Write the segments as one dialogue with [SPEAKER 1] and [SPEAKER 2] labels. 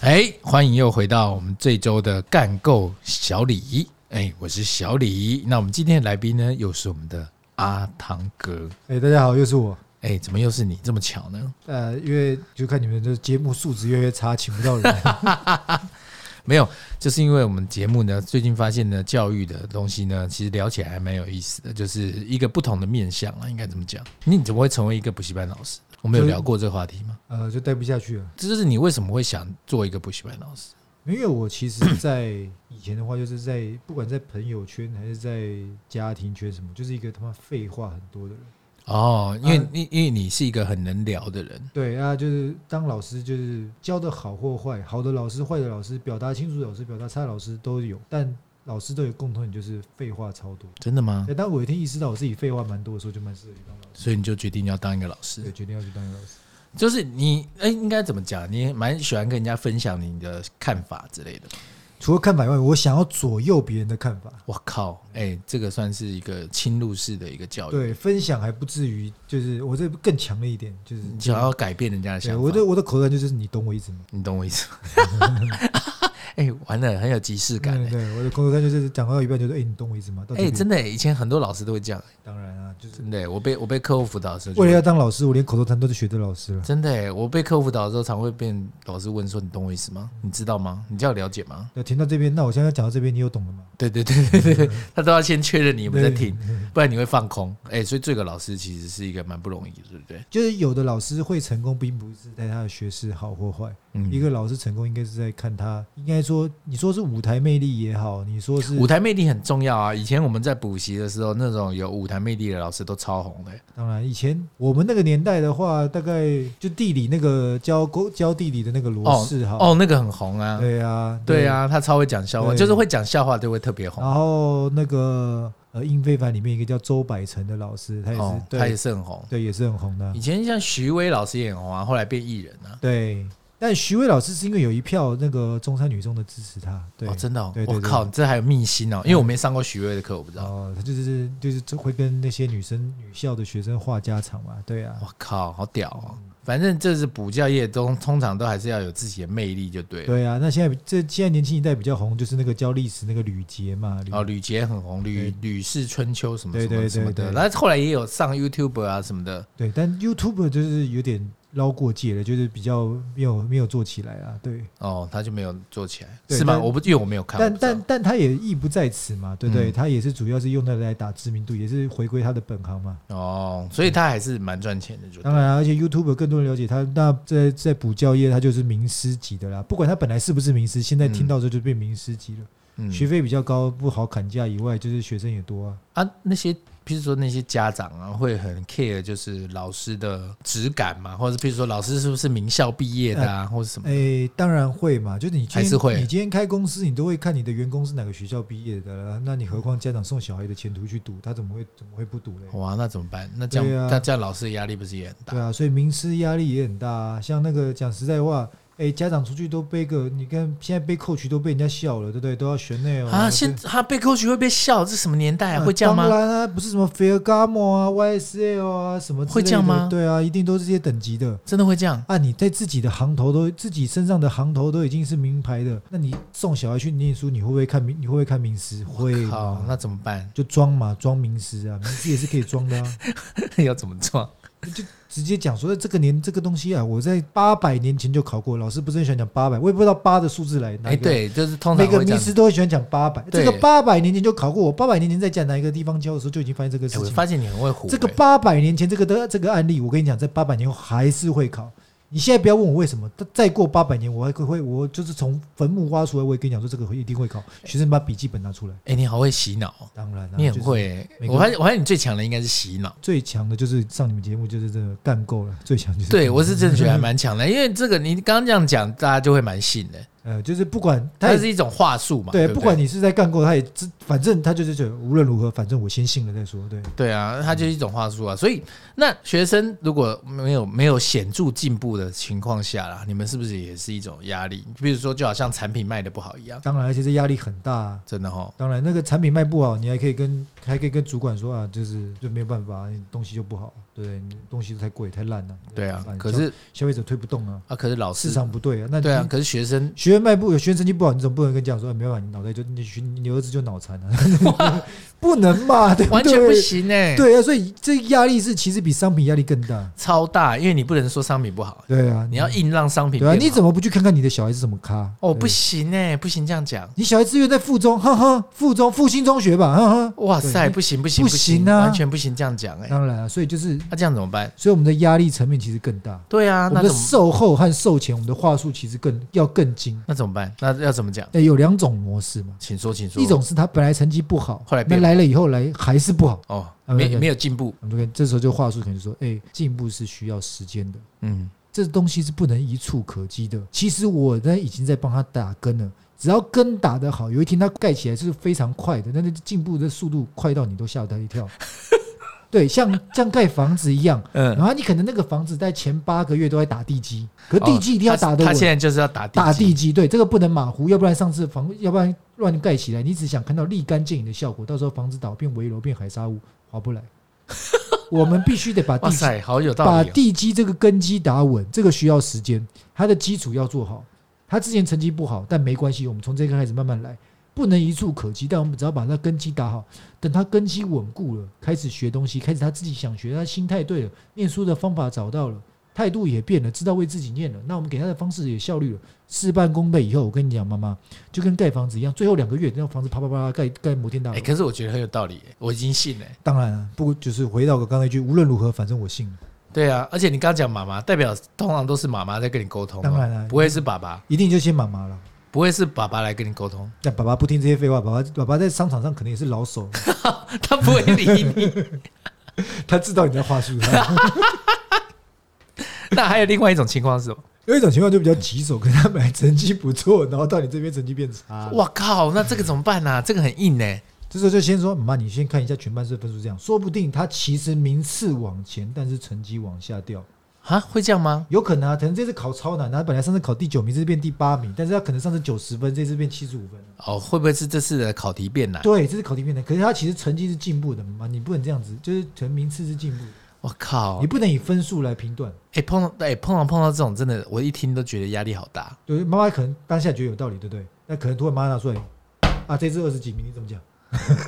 [SPEAKER 1] 哎，欢迎又回到我们这周的干够小李。哎，我是小李。那我们今天的来宾呢，又是我们的阿汤哥。
[SPEAKER 2] 哎、大家好，又是我。
[SPEAKER 1] 哎，怎么又是你？这么巧呢？
[SPEAKER 2] 呃，因为就看你们的节目素质越来越差，请不到人。
[SPEAKER 1] 没有，就是因为我们节目呢，最近发现呢，教育的东西呢，其实聊起来还蛮有意思的，就是一个不同的面向啊，应该怎么讲？你怎么会成为一个补习班老师？我们有
[SPEAKER 2] 就是
[SPEAKER 1] 聊过这个话题吗？
[SPEAKER 2] 呃，就待不下去了。
[SPEAKER 1] 这就是你为什么会想做一个补习班老师？
[SPEAKER 2] 因为我其实，在以前的话，就是在不管在朋友圈还是在家庭圈什么，就是一个他妈废话很多的人。
[SPEAKER 1] 哦，因为
[SPEAKER 2] 嗯
[SPEAKER 1] 你、因为你是一个很能聊的人，
[SPEAKER 2] 对啊，就是当老师，就是教的好或坏，好的老师、坏的老师，表达清楚的老师、表达差的老师都有，但老师都有共同点，就是废话超多。
[SPEAKER 1] 真的吗
[SPEAKER 2] 哎、？当我有一天意识到我自己废话蛮多的时候，就蛮适合去当老师，
[SPEAKER 1] 所以你就决定要当一个老师
[SPEAKER 2] 对，。决定要去当一个老师。
[SPEAKER 1] 就是你，哎、应该怎么讲？你蛮喜欢跟人家分享你的看法之类的。
[SPEAKER 2] 除了看法以外，我想要左右别人的看法。
[SPEAKER 1] 我靠，哎、这个算是一个侵入式的一个教育，
[SPEAKER 2] 对，分享还不至于，就是我这更强了一点，就是
[SPEAKER 1] 你想要改变人家的
[SPEAKER 2] 对
[SPEAKER 1] 想法。
[SPEAKER 2] 我的我的口头禅就是你懂我意思吗？
[SPEAKER 1] 你懂我意 思吗？哎、完了，很有即视感、
[SPEAKER 2] 嗯
[SPEAKER 1] 哎
[SPEAKER 2] 对，我的口头禅就是讲到一半就是哎、你懂我意思吗？到
[SPEAKER 1] 哎、
[SPEAKER 2] 这边
[SPEAKER 1] 真的、哎以前很多老师都会这样、哎
[SPEAKER 2] 当然啊，就是
[SPEAKER 1] 真的、哎我被我被客户辅导的时候就
[SPEAKER 2] 为
[SPEAKER 1] 会，
[SPEAKER 2] 了要当老师，我连口头禅都是学的老师了。
[SPEAKER 1] 真的、哎我被客户辅导的时候，常会被老师问说：“你懂我意思吗？你知道吗？你这样了解吗
[SPEAKER 2] 那听到这边，那我现在讲到这边，你有懂了吗？”？
[SPEAKER 1] 对对对对对
[SPEAKER 2] 嗯
[SPEAKER 1] 对，他都要先确认你有没有在
[SPEAKER 2] 对
[SPEAKER 1] 听，不然你会放空。哎、所以这个老师其实是一个蛮不容易的，对不对？
[SPEAKER 2] 就是有的老师会成功，并不是在他的学识好或坏。
[SPEAKER 1] 嗯
[SPEAKER 2] 一个老师成功，应该是在看他，应该说，你说是舞台魅力也好，你说是
[SPEAKER 1] 舞台魅力很重要啊！以前我们在补习的时候，那种有舞台魅力的老师都超红的、
[SPEAKER 2] 当然，以前我们那个年代的话，大概就地理那个教国教地理的那个罗氏哈，
[SPEAKER 1] 哦，那个很红啊，
[SPEAKER 2] 对啊，
[SPEAKER 1] 对。啊，他超会讲笑话，
[SPEAKER 2] 对哦
[SPEAKER 1] 就是会讲笑话就会特别红。
[SPEAKER 2] 然后那个呃，《英非凡》里面一个叫周百成的老师，他也是、
[SPEAKER 1] 哦，他也
[SPEAKER 2] 对
[SPEAKER 1] 是嗯很红。
[SPEAKER 2] 对也是很红的啊
[SPEAKER 1] 以，前像徐威老师也很红啊，后来变艺人啊。
[SPEAKER 2] 对。但徐伟老师是因为有一票那个中山女中的支持他，对，
[SPEAKER 1] 哦，真的、哦
[SPEAKER 2] 对，对
[SPEAKER 1] 我
[SPEAKER 2] 对嗯
[SPEAKER 1] 靠，这还有秘辛哦！因为我没上过徐威的课，我不知道。
[SPEAKER 2] 哦，他就是就是会跟那些女生女校的学生话家常嘛，对啊，
[SPEAKER 1] 我靠，好屌哦！反正这是补教业中，通常都还是要有自己的魅力就对了。
[SPEAKER 2] 对啊。那现在这现在年轻一代比较红，就是那个教历史那个吕杰嘛，吕
[SPEAKER 1] 哦，吕杰很红，吕吕氏春秋什么什
[SPEAKER 2] 嗯对
[SPEAKER 1] 么
[SPEAKER 2] 对
[SPEAKER 1] 什么
[SPEAKER 2] 对
[SPEAKER 1] 的，
[SPEAKER 2] 对
[SPEAKER 1] 然后后来也有上 YouTube 啊什么的。
[SPEAKER 2] 对，但 YouTube 就是有点捞过界了，就是比较没有没有做起来啊。对，
[SPEAKER 1] 哦，他就没有做起来，
[SPEAKER 2] 对
[SPEAKER 1] 是吗？
[SPEAKER 2] 但
[SPEAKER 1] 我不，因为我没有看。
[SPEAKER 2] 但
[SPEAKER 1] 我不知道
[SPEAKER 2] 但但他也意不在此嘛，对不对？
[SPEAKER 1] 嗯
[SPEAKER 2] 他也是主要是用它来打知名度，也是回归他的本行嘛。
[SPEAKER 1] 哦，所以他还是蛮赚钱的，就对
[SPEAKER 2] 当然、啊，而且 YouTube 更多人了解他，那在在补教业，他就是名师级的啦。不管他本来是不是名师，现在听到这就变名师级了。
[SPEAKER 1] 嗯
[SPEAKER 2] 学费比较高，不好砍价以外，就是学生也多啊。
[SPEAKER 1] 啊，那些譬如说那些家长啊，会很 care 就是老师的质感嘛，或者譬如说老师是不是名校毕业的啊，或者什么？
[SPEAKER 2] 哎，当然会嘛，就是你今天
[SPEAKER 1] 还是会
[SPEAKER 2] 你今天开公司，你都会看你的员工是哪个学校毕业的啦。那你何况家长送小孩的前途去赌，他怎么会怎么会不赌嘞？
[SPEAKER 1] 哇，那怎么办？那这样、
[SPEAKER 2] 对啊
[SPEAKER 1] 那这样老师的压力不是也很大？
[SPEAKER 2] 对啊，所以名师压力也很大、啊。像那个讲实在话，哎，家长出去都背个，你看现在背 coach 都被人家笑了，对不对？都要选那种
[SPEAKER 1] 啊，现他被扣取会被笑，这什么年代、啊、会这样
[SPEAKER 2] 当
[SPEAKER 1] 吗？
[SPEAKER 2] 然啊，不是什么 Ferragamo 啊、YSL 啊什么之
[SPEAKER 1] 会这样
[SPEAKER 2] 类的
[SPEAKER 1] 吗
[SPEAKER 2] 对啊，一定都是这些等级的。
[SPEAKER 1] 真的会这样？
[SPEAKER 2] 啊，你在自己的行头都自己身上的行头都已经是名牌的，那你送小孩去念书，你会不会看名？你会不会看名师？会啊嘛，
[SPEAKER 1] 好，那怎么办？
[SPEAKER 2] 就装嘛，装名师啊，名师也是可以装的啊。
[SPEAKER 1] 要怎么做？
[SPEAKER 2] 直接讲说这个年这个东西啊，我在八百年前就考过，老师不是很喜欢讲八百，我也不知道八的数字来哪
[SPEAKER 1] 哎、
[SPEAKER 2] 一个。
[SPEAKER 1] 对，就是通常
[SPEAKER 2] 每个
[SPEAKER 1] 会讲
[SPEAKER 2] 名。师都会喜欢讲八百，
[SPEAKER 1] 对
[SPEAKER 2] 这个八百年前就考过，我八百年前在讲哪一个地方教的时候就已经发现这个
[SPEAKER 1] 哎
[SPEAKER 2] 事
[SPEAKER 1] 我
[SPEAKER 2] 情了。
[SPEAKER 1] 发现你很会唬、
[SPEAKER 2] 这个
[SPEAKER 1] 哎
[SPEAKER 2] 八百年前这个的这个案例，我跟你讲，在八百年后还是会考。你现在不要问我为什么，再过八百年我还会会，我就是从坟墓挖出来，我也跟你讲说这个一定会考。学生把笔记本拿出来，
[SPEAKER 1] 哎、你好会洗脑哦、
[SPEAKER 2] 当然、啊，
[SPEAKER 1] 你很
[SPEAKER 2] 就是
[SPEAKER 1] 会、哎
[SPEAKER 2] 每个
[SPEAKER 1] 我发现，我发现你最强的应该是洗脑。
[SPEAKER 2] 最强的就是上你们节目就是这个干够了，最强就是 嗯
[SPEAKER 1] 对，我是真的觉得还蛮强的，因为这个你刚刚这样讲，大家就会蛮信的。
[SPEAKER 2] 呃，就是不管他
[SPEAKER 1] 它
[SPEAKER 2] 也
[SPEAKER 1] 是一种话术嘛。
[SPEAKER 2] 对，
[SPEAKER 1] 不
[SPEAKER 2] 不管你是在干够，他也知反正他就是觉得无论如何，反正我先信了再说。对，
[SPEAKER 1] 对啊，它就是一种话术啊。所以，那学生如果没有没有显著进步的情况下啦，你们是不是也是一种压力？比如说，就好像产品卖的不好一样，
[SPEAKER 2] 当然，而且这压力很大啊。
[SPEAKER 1] 真的哦哈。
[SPEAKER 2] 当然，那个产品卖不好，你还可以跟还可以跟主管说啊，就是就没有办法，你东西就不好，对不对，你东西太贵太烂了、
[SPEAKER 1] 对啊
[SPEAKER 2] 怎么，办
[SPEAKER 1] 可
[SPEAKER 2] 消
[SPEAKER 1] 是
[SPEAKER 2] 消费者推不动啊，
[SPEAKER 1] 啊，可是老
[SPEAKER 2] 市
[SPEAKER 1] 师，
[SPEAKER 2] 场不对啊。那你
[SPEAKER 1] 对啊，可是学生
[SPEAKER 2] 学员卖不有学员成绩不好，你总不能跟家长说、哎没办法，你脑袋就你你你儿子就脑残了、 不能嘛， 对不
[SPEAKER 1] 完
[SPEAKER 2] 对？
[SPEAKER 1] 全不行哎、
[SPEAKER 2] 对啊，所以这压力是其实比商品压力更大。
[SPEAKER 1] 超大，因为你不能说商品不好，
[SPEAKER 2] 对啊，
[SPEAKER 1] 你要硬让商品
[SPEAKER 2] 对啊，
[SPEAKER 1] 变
[SPEAKER 2] 你
[SPEAKER 1] 好
[SPEAKER 2] 怎么不去看看你的小孩是什么咖？
[SPEAKER 1] 哦，
[SPEAKER 2] 对
[SPEAKER 1] 不行哎、不行这样讲，
[SPEAKER 2] 你小孩资源在附中，呵呵，附中复兴中学吧，呵呵。
[SPEAKER 1] 哇塞，
[SPEAKER 2] 对
[SPEAKER 1] 不行不行
[SPEAKER 2] 不
[SPEAKER 1] 行
[SPEAKER 2] 行啊
[SPEAKER 1] 完全不行这样讲哎、那、
[SPEAKER 2] 当然啊，所以就是，
[SPEAKER 1] 这样怎么办？
[SPEAKER 2] 所以我们的压力层面其实更大。
[SPEAKER 1] 对啊，
[SPEAKER 2] 我
[SPEAKER 1] 那
[SPEAKER 2] 们的
[SPEAKER 1] 怎么
[SPEAKER 2] 售后和售前，我们的话术其实更要更精。
[SPEAKER 1] 那怎么办？那要怎么讲？
[SPEAKER 2] 哎，有两种模式嘛，
[SPEAKER 1] 请说，请说。
[SPEAKER 2] 一种是他本来成绩不好，
[SPEAKER 1] 后来
[SPEAKER 2] 那
[SPEAKER 1] 变
[SPEAKER 2] 来了以后来还是不好，
[SPEAKER 1] 哦，
[SPEAKER 2] 啊
[SPEAKER 1] 没
[SPEAKER 2] 那个
[SPEAKER 1] 没有进步，
[SPEAKER 2] 我们就跟这时候就话术可能就说，哎，进步是需要时间的，
[SPEAKER 1] 嗯，
[SPEAKER 2] 这东西是不能一触可及的。其实我呢已经在帮他打根了，只要根打得好，有一天他盖起来是非常快的，但是进步的速度快到你都吓他 一跳。对，像像盖房子一样，
[SPEAKER 1] 嗯
[SPEAKER 2] 然，后你可能那个房子在前八个月都在打地基，可地基一定要打得
[SPEAKER 1] 哦他他现在
[SPEAKER 2] 稳。
[SPEAKER 1] 就是要打地
[SPEAKER 2] 打
[SPEAKER 1] 基
[SPEAKER 2] 地基，对这个不能马虎，要不然上次房，要不然乱盖起来，你只想看到立竿见影的效果，到时候房子倒变危楼变海沙屋，划不来。我们必须得把地
[SPEAKER 1] 哇
[SPEAKER 2] 基
[SPEAKER 1] 塞，好有道
[SPEAKER 2] 把
[SPEAKER 1] 理、哦。
[SPEAKER 2] 地基这个根基打稳，这个需要时间，他的基础要做好。他之前成绩不好，但没关系，我们从这个开始慢慢来，不能一触可及，但我们只要把那根基打好，等他根基稳固了，开始学东西，开始他自己想学，他心态对了，念书的方法找到了，态度也变了，知道为自己念了，那我们给他的方式也效率了，事半功倍。以后我跟你讲，妈妈就跟盖房子一样，最后两个月让房子啪啪啪盖盖摩天大
[SPEAKER 1] 哎、
[SPEAKER 2] 楼。
[SPEAKER 1] 可是我觉得很有道理、欸我已经信了、
[SPEAKER 2] 当然啊，不就是回到我刚才一句，无论如何，反正我信了。
[SPEAKER 1] 对啊，而且你刚刚讲妈妈，代表通常都是妈妈在跟你沟通、哦，
[SPEAKER 2] 当然啊啦
[SPEAKER 1] 不会是爸爸，
[SPEAKER 2] 一定就先妈妈了。
[SPEAKER 1] 不会是爸爸来跟你沟 通，
[SPEAKER 2] 但爸爸不听这些废话，爸爸爸爸在商场上可能也是老手，
[SPEAKER 1] 他不会理你。
[SPEAKER 2] 他知道你在话术。
[SPEAKER 1] 那还有另外一种情况是什么？
[SPEAKER 2] 有一种情况就比较棘手，可能他本来成绩不错，然后到你这边成绩变差。哇！
[SPEAKER 1] 哇靠，那这个怎么办呢、啊？这个很硬呢、
[SPEAKER 2] 这时候就先说妈妈，你先看一下全班生分数这样，说不定他其实名次往前，但是成绩往下掉，
[SPEAKER 1] 啊，会这样吗？
[SPEAKER 2] 有可能啊，可能这次考超难，他本来上次考第九名，这次变第八名，但是他可能上次九十分，这次变七十五分了。
[SPEAKER 1] 哦，会不会是这次的考题变难？
[SPEAKER 2] 对，这次考题变难，可是他其实成绩是进步的嘛，你不能这样子，就是全名次是进步的，
[SPEAKER 1] 我靠
[SPEAKER 2] 你！不能以分数来评断。
[SPEAKER 1] 哎、碰到哎、碰到碰到这种，真的我一听都觉得压力好 大。
[SPEAKER 2] 对，妈妈可能当下觉得有道理，对不对？那可能突然妈妈拿出来，啊，这次二十几名，你怎么讲？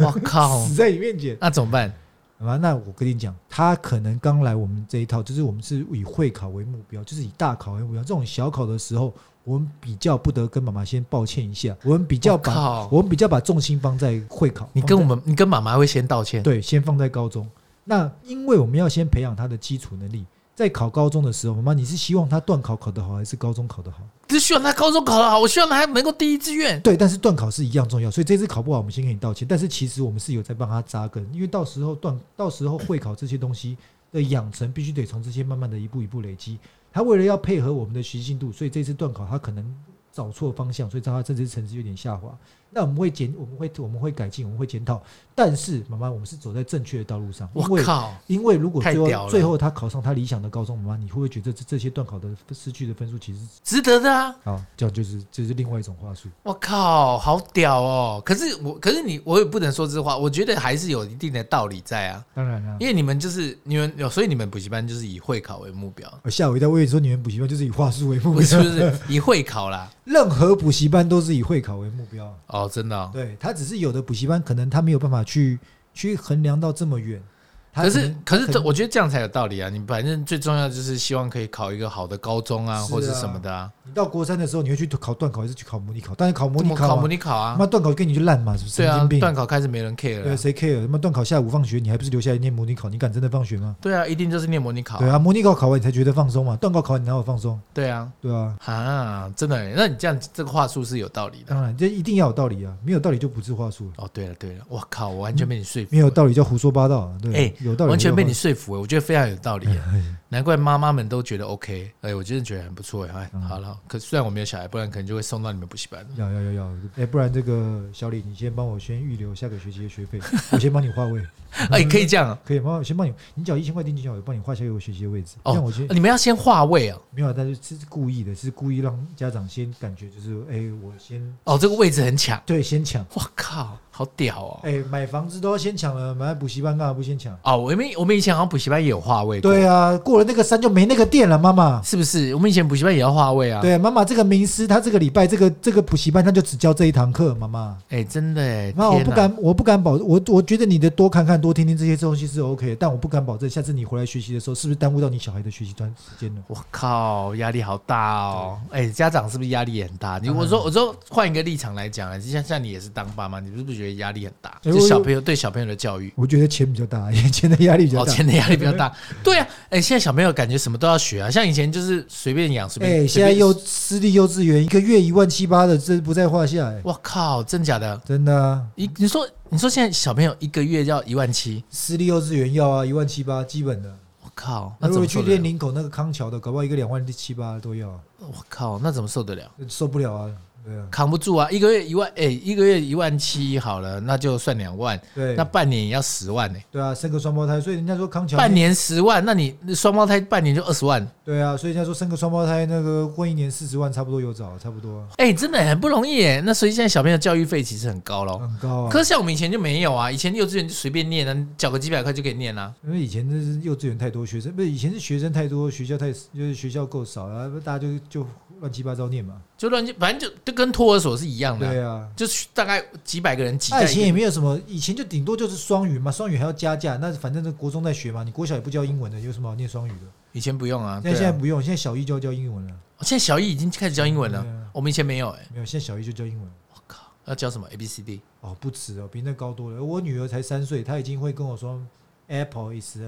[SPEAKER 1] 我靠！
[SPEAKER 2] 死在你面前。
[SPEAKER 1] 那怎么办？
[SPEAKER 2] 啊，那我跟你讲，他可能刚来我们这一套，就是我们是以会考为目标，就是以大考为目标。这种小考的时候，我们比较不得跟妈妈先抱歉一下，我们比较
[SPEAKER 1] 我
[SPEAKER 2] 把
[SPEAKER 1] 靠！
[SPEAKER 2] 我们比较把重心放在会考。
[SPEAKER 1] 你跟我
[SPEAKER 2] 放在
[SPEAKER 1] 们，你跟妈妈会先道歉。
[SPEAKER 2] 对，先放在高中。那因为我们要先培养他的基础能力，在考高中的时候，妈妈你是希望他段考考得好，还是高中考得好？
[SPEAKER 1] 只希望他高中考得好，我希望他能够第一志愿。
[SPEAKER 2] 对，但是段考是一样重要，所以这次考不好，我们先给你道歉。但是其实我们是有在帮他扎根，因为到时候段，到时候会考这些东西的养成，必须得从这些慢慢的一步一步累积。他为了要配合我们的学习进度，所以这次段考他可能找错方向，所以他这次成绩有点下滑。那我们会检，我们会我们会改进，我们会检讨。但是妈妈，我们是走在正确的道路上，因
[SPEAKER 1] 我
[SPEAKER 2] 为
[SPEAKER 1] 靠！
[SPEAKER 2] 因为如果
[SPEAKER 1] 太
[SPEAKER 2] 最
[SPEAKER 1] 屌
[SPEAKER 2] 后
[SPEAKER 1] 了
[SPEAKER 2] 最后他考上他理想的高中，妈妈你会不会觉得这这些段考的失去的分数其实是
[SPEAKER 1] 值得的啊！
[SPEAKER 2] 啊，这样就是这、是另外一种话术。
[SPEAKER 1] 我靠，好屌哦！可是我，可是你，我也不能说这话，我觉得还是有一定的道理在啊。
[SPEAKER 2] 当然啦、
[SPEAKER 1] 因为你们就是你们有，所以你们补习班就是以会考为目标，
[SPEAKER 2] 我哦吓我一跳，我以为说你们补习班就是以话术为目
[SPEAKER 1] 不是
[SPEAKER 2] 标
[SPEAKER 1] 不，是以会考啦？
[SPEAKER 2] 任何补习班都是以会考为目标。
[SPEAKER 1] 哦，真的、哦。
[SPEAKER 2] 对他只是有的补习班可能他没有办法去去衡量到这么远，他
[SPEAKER 1] 可是
[SPEAKER 2] 能
[SPEAKER 1] 可是
[SPEAKER 2] 他
[SPEAKER 1] 这
[SPEAKER 2] 能
[SPEAKER 1] 我觉得这样才有道理啊！你反正最重要就是希望可以考一个好的高中啊，
[SPEAKER 2] 是啊
[SPEAKER 1] 或者什么的啊。
[SPEAKER 2] 你到国三的时候，你会去考段考还是去考模拟考？当然考模拟
[SPEAKER 1] 考
[SPEAKER 2] 考
[SPEAKER 1] 模
[SPEAKER 2] 嘛，
[SPEAKER 1] 拟考啊
[SPEAKER 2] 他，妈段考跟你就烂嘛，是不是？
[SPEAKER 1] 对
[SPEAKER 2] 神
[SPEAKER 1] 啊
[SPEAKER 2] 经，病！
[SPEAKER 1] 段考开始没人 care 了
[SPEAKER 2] 对，
[SPEAKER 1] 啊。
[SPEAKER 2] 谁 care？他妈段考下午放学，你还不是留下来念模拟考？你敢真的放学吗？
[SPEAKER 1] 对啊，一定就是念模拟考
[SPEAKER 2] 对
[SPEAKER 1] 啊。
[SPEAKER 2] 啊，模拟考考完你才觉得放松嘛，段考考完你哪有放松？
[SPEAKER 1] 对啊，
[SPEAKER 2] 对啊，
[SPEAKER 1] 啊，真的耶，那你这样这个话术是有道理的。
[SPEAKER 2] 当然这一定要有道理啊，没有道理就不是话术了，
[SPEAKER 1] 哦，对了对了，我靠，我完全被你说服了。
[SPEAKER 2] 没有道理叫胡说八道啊，对吧
[SPEAKER 1] 哎、
[SPEAKER 2] 有道理，
[SPEAKER 1] 完全被你
[SPEAKER 2] 有道
[SPEAKER 1] 说服了，我觉得非常有道理耶，啊难怪妈妈们都觉得 OK。哎，我真的觉得很不错耶。哎，
[SPEAKER 2] 嗯
[SPEAKER 1] 好了，可虽然我没有小孩，不然可能就会送到你们补习班了。
[SPEAKER 2] 理要要要要，哎、不然这个小李，你先帮我先预留下个学期的学费， 我先帮你划位，
[SPEAKER 1] 哎，可以这样啊
[SPEAKER 2] 可以吗？我先帮你，你缴一千块定金就好，我帮你划下一个学期的位置，
[SPEAKER 1] 哦
[SPEAKER 2] 让我先
[SPEAKER 1] 你们要先划位啊！
[SPEAKER 2] 没有啊，但是是故意的，是故意让家长先感觉就是，哎、我先
[SPEAKER 1] 哦，这个位置很抢，
[SPEAKER 2] 对先抢，
[SPEAKER 1] 我靠，好屌哦！
[SPEAKER 2] 哎、买房子都要先抢了，买补习班干嘛啊不先抢？
[SPEAKER 1] 哦，我们我们以前好像补习班也有划位，，
[SPEAKER 2] 对啊，过了那个山就没那个店了，妈妈。
[SPEAKER 1] 是不是？我们以前补习班也要划位啊。，
[SPEAKER 2] 对，妈妈，这个名师他这个礼拜这个这个补习班他就只教这一堂课，妈妈。
[SPEAKER 1] 哎，真的哎，
[SPEAKER 2] 那我
[SPEAKER 1] 天
[SPEAKER 2] 不
[SPEAKER 1] 哪
[SPEAKER 2] 敢，我不敢保，我我觉得你的多看看、多听听这些东西是 OK 的，但我不敢保证下次你回来学习的时候，是不是耽误到你小孩的学习段时间了？
[SPEAKER 1] 我靠，压力好大哦！哎、家长是不是压力也很大？你我说我说换一个立场来讲啊，就像像你也是当爸妈，你是不是觉得压力很大？
[SPEAKER 2] 哎
[SPEAKER 1] 就
[SPEAKER 2] 我
[SPEAKER 1] 小朋友对小朋友的教育，
[SPEAKER 2] 我觉得钱比较大， 以前的压力比较
[SPEAKER 1] 哦，
[SPEAKER 2] 大。
[SPEAKER 1] 钱的压力比较大。对啊，哎、现在小朋友感觉什么都要学啊，像以前就是随便养随
[SPEAKER 2] 哎、
[SPEAKER 1] 便。随
[SPEAKER 2] 现
[SPEAKER 1] 便
[SPEAKER 2] 在幼私立幼稚园一个月一万七八的，这不在话下、哎，
[SPEAKER 1] 我靠，真假的？
[SPEAKER 2] 真的、啊。
[SPEAKER 1] 你你说你说现在小朋友一个月要一万七，
[SPEAKER 2] 私立幼稚园要啊，一万七八基本的。
[SPEAKER 1] 我靠，那
[SPEAKER 2] 如
[SPEAKER 1] 怎
[SPEAKER 2] 果
[SPEAKER 1] 么受
[SPEAKER 2] 去
[SPEAKER 1] 得
[SPEAKER 2] 练
[SPEAKER 1] 了？
[SPEAKER 2] 林口那个康桥的，搞不好一个两万七八都要啊，
[SPEAKER 1] 我靠，那怎么受得了？
[SPEAKER 2] 受不了啊！对啊，
[SPEAKER 1] 扛不住啊！一个月一万，哎、一个月一万七好了，那就算两万，
[SPEAKER 2] 对，
[SPEAKER 1] 那半年也要十万呢、
[SPEAKER 2] 对啊，生个双胞胎，所以人家说康桥
[SPEAKER 1] 半，年十万，那你双胞胎半年就二十万，
[SPEAKER 2] 对啊，所以人家说生个双胞胎，那个混一年四十万差不多有找，差不多啊
[SPEAKER 1] 哎、真的很不容易耶。那所以现在小朋友教育费其实很高咯。
[SPEAKER 2] 很高啊。
[SPEAKER 1] 可是像我们以前就没有啊，以前幼稚园就随便念啊，缴个几百块就可以念啊啦、
[SPEAKER 2] 因为以前这是幼稚园太多学生，不是以前是学生太多，学校太就是学校够少啊，大家就就乱七八糟念嘛。
[SPEAKER 1] 就乱七，反正就就跟托儿所是一样的啊、
[SPEAKER 2] 对啊，
[SPEAKER 1] 就是大概几百个人挤
[SPEAKER 2] 那
[SPEAKER 1] 在
[SPEAKER 2] 以前也
[SPEAKER 1] 一个。
[SPEAKER 2] 没有什么，以前就顶多就是双语嘛，双语还要加价，那反正这国中在学嘛，你国小也不教英文的，有什么好念双语的？
[SPEAKER 1] 以前不用啊，
[SPEAKER 2] 但
[SPEAKER 1] 对
[SPEAKER 2] 现在
[SPEAKER 1] 啊。
[SPEAKER 2] 不用，现在小一就要教英文了，
[SPEAKER 1] 现在小一已经开始教英文了
[SPEAKER 2] 对啊，
[SPEAKER 1] 我们以前没有哎、
[SPEAKER 2] 没有，现在小一就教英文。
[SPEAKER 1] 我靠，要教什么 A B C D？
[SPEAKER 2] 哦，不止哦，比那高多了。我女儿才三岁，她已经会跟我说 “Apple is a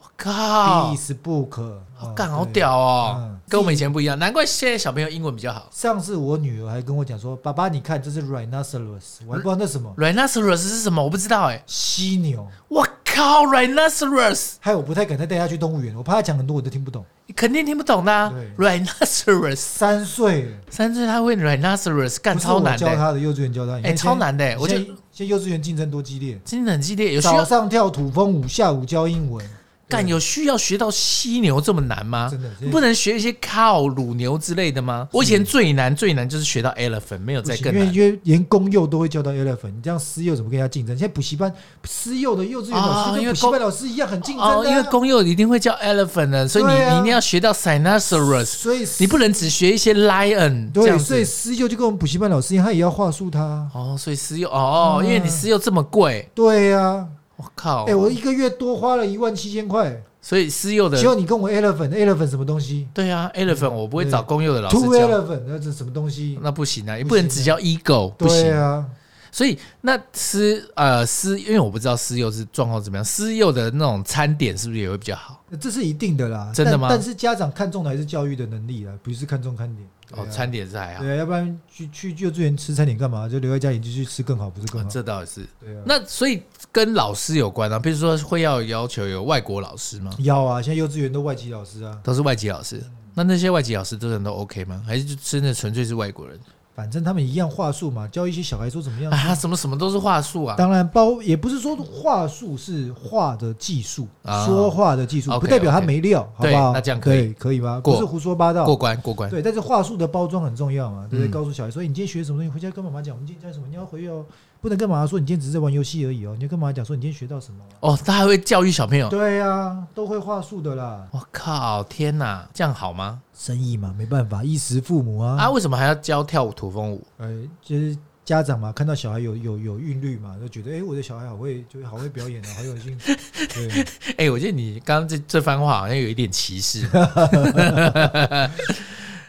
[SPEAKER 1] 我
[SPEAKER 2] A,
[SPEAKER 1] 靠
[SPEAKER 2] B，is book”。
[SPEAKER 1] 啊好
[SPEAKER 2] 哦
[SPEAKER 1] 干好！
[SPEAKER 2] 对
[SPEAKER 1] 屌哦
[SPEAKER 2] 嗯，
[SPEAKER 1] 跟我们以前不一样，难怪现在小朋友英文比较好。
[SPEAKER 2] 上次我女儿还跟我讲说：“爸爸，你看这是 rhinoceros，我还
[SPEAKER 1] 嗯
[SPEAKER 2] 不知道那什么
[SPEAKER 1] Rhinoceros 是什么？我不知道哎、
[SPEAKER 2] 犀牛。
[SPEAKER 1] 我靠，rhinoceros，”
[SPEAKER 2] 害我不太敢再带她去动物园，我怕她讲很多我都听不懂。
[SPEAKER 1] 你肯定听不懂的、啊。
[SPEAKER 2] 对
[SPEAKER 1] rhinoceros，
[SPEAKER 2] 三岁了，
[SPEAKER 1] 三岁他会 rhinoceros，干
[SPEAKER 2] 不是
[SPEAKER 1] 超
[SPEAKER 2] 我
[SPEAKER 1] 难的、欸
[SPEAKER 2] 教她的，幼稚园教她。你
[SPEAKER 1] 哎、
[SPEAKER 2] 看
[SPEAKER 1] 超
[SPEAKER 2] 现在。
[SPEAKER 1] 难的、
[SPEAKER 2] 现在
[SPEAKER 1] 我就
[SPEAKER 2] 现在幼稚园竞争多激烈，
[SPEAKER 1] 真的很激烈，有需
[SPEAKER 2] 早
[SPEAKER 1] 要
[SPEAKER 2] 上跳土风舞，下午教英文，
[SPEAKER 1] 干有需要学到犀牛这么难吗？
[SPEAKER 2] 真的现在
[SPEAKER 1] 不能学一些 cow 乳牛之类的吗？我以前最难最难就是学到 elephant，没有
[SPEAKER 2] 不
[SPEAKER 1] 再
[SPEAKER 2] 行
[SPEAKER 1] 更
[SPEAKER 2] 因为
[SPEAKER 1] 难。
[SPEAKER 2] 因为连公幼都会教到 elephant，你这样私幼怎么跟人家竞争？现在补习班私幼的幼稚园
[SPEAKER 1] 哦
[SPEAKER 2] 老师
[SPEAKER 1] 因
[SPEAKER 2] 跟
[SPEAKER 1] 为
[SPEAKER 2] 补习班老师一样很竞争的啊、
[SPEAKER 1] 哦，因为公幼一定会叫 elephant 的，所以你、
[SPEAKER 2] 对啊
[SPEAKER 1] 你一定要学到 rhinoceros，
[SPEAKER 2] 所以
[SPEAKER 1] 你不能只学一些 lion 这
[SPEAKER 2] 对，
[SPEAKER 1] 样
[SPEAKER 2] 所以
[SPEAKER 1] 子。
[SPEAKER 2] 私幼就跟我们补习班老师一样，他也要话术他。
[SPEAKER 1] 哦，所以私幼哦，因为你
[SPEAKER 2] 嗯
[SPEAKER 1] 私幼这么贵，
[SPEAKER 2] 对呀、
[SPEAKER 1] 我靠！
[SPEAKER 2] 哎、我一个月多花了一万七千块，
[SPEAKER 1] 所以私幼的
[SPEAKER 2] 结果你跟我 elephant，elephant 什么东西
[SPEAKER 1] 对啊，elephant 我不会找公幼的老师
[SPEAKER 2] ？two
[SPEAKER 1] 教，
[SPEAKER 2] elephant 那这什么东西？
[SPEAKER 1] 那不行啊，也
[SPEAKER 2] 不行啊
[SPEAKER 1] 不能只教 ego，不
[SPEAKER 2] 对
[SPEAKER 1] 行。
[SPEAKER 2] 啊，
[SPEAKER 1] 所以那私呃私，因为我不知道私幼是状况怎么样，私幼的那种餐点是不是也会比较好？
[SPEAKER 2] 这是一定的啦。
[SPEAKER 1] 真的吗
[SPEAKER 2] 但但是家长看重的还是教育的能力啊，不是看重看点。对啊
[SPEAKER 1] 哦，餐点是还好，
[SPEAKER 2] 对啊，要不然去去幼稚园吃餐点干嘛？就留在家里就去吃更好，不是更
[SPEAKER 1] 嗯
[SPEAKER 2] 好？
[SPEAKER 1] 这倒也是。
[SPEAKER 2] 对啊。
[SPEAKER 1] 那所以跟老师有关啊，比如说会要要求有外国老师吗？
[SPEAKER 2] 要啊，现在幼稚园都外籍老师啊，
[SPEAKER 1] 都是外籍老师，那那些外籍老师真的都 OK 吗？还是就真的纯粹是外国人？
[SPEAKER 2] 反正他们一样话术嘛，教一些小孩说怎么样。
[SPEAKER 1] 啊，什么什么都是话术啊。
[SPEAKER 2] 当然包也不是说话术是话的技术，
[SPEAKER 1] 啊
[SPEAKER 2] 说话的技术
[SPEAKER 1] OK，
[SPEAKER 2] 不代表他
[SPEAKER 1] OK
[SPEAKER 2] 没料，好
[SPEAKER 1] 对
[SPEAKER 2] 不好？
[SPEAKER 1] 那这样可以
[SPEAKER 2] 对可以吧？
[SPEAKER 1] 过
[SPEAKER 2] 不是胡说八
[SPEAKER 1] 过
[SPEAKER 2] 道。
[SPEAKER 1] 关过关，
[SPEAKER 2] 对，但是话术的包装很重要嘛，对不
[SPEAKER 1] 嗯
[SPEAKER 2] 对？告诉小孩说，哎你今天学什么东西，回家跟妈妈讲。我们今天教什么？你要回去哦，不能跟妈妈说你今天只是在玩游戏而已哦，你要跟妈妈讲说你今天学到什么。
[SPEAKER 1] 哦，他还会教育小朋友。
[SPEAKER 2] 对呀、啊，都会话术的啦，
[SPEAKER 1] 我靠，天哪，这样好吗？
[SPEAKER 2] 生意嘛，没办法，衣食父母啊。
[SPEAKER 1] 啊，为什么还要教跳舞土风舞？
[SPEAKER 2] 呃，就是家长嘛，看到小孩有有有韵律嘛，就觉得哎、诶我的小孩好会，就是好会表演啊，好有兴趣。对，
[SPEAKER 1] 哎、我觉得你刚刚这这番话好像有一点歧视。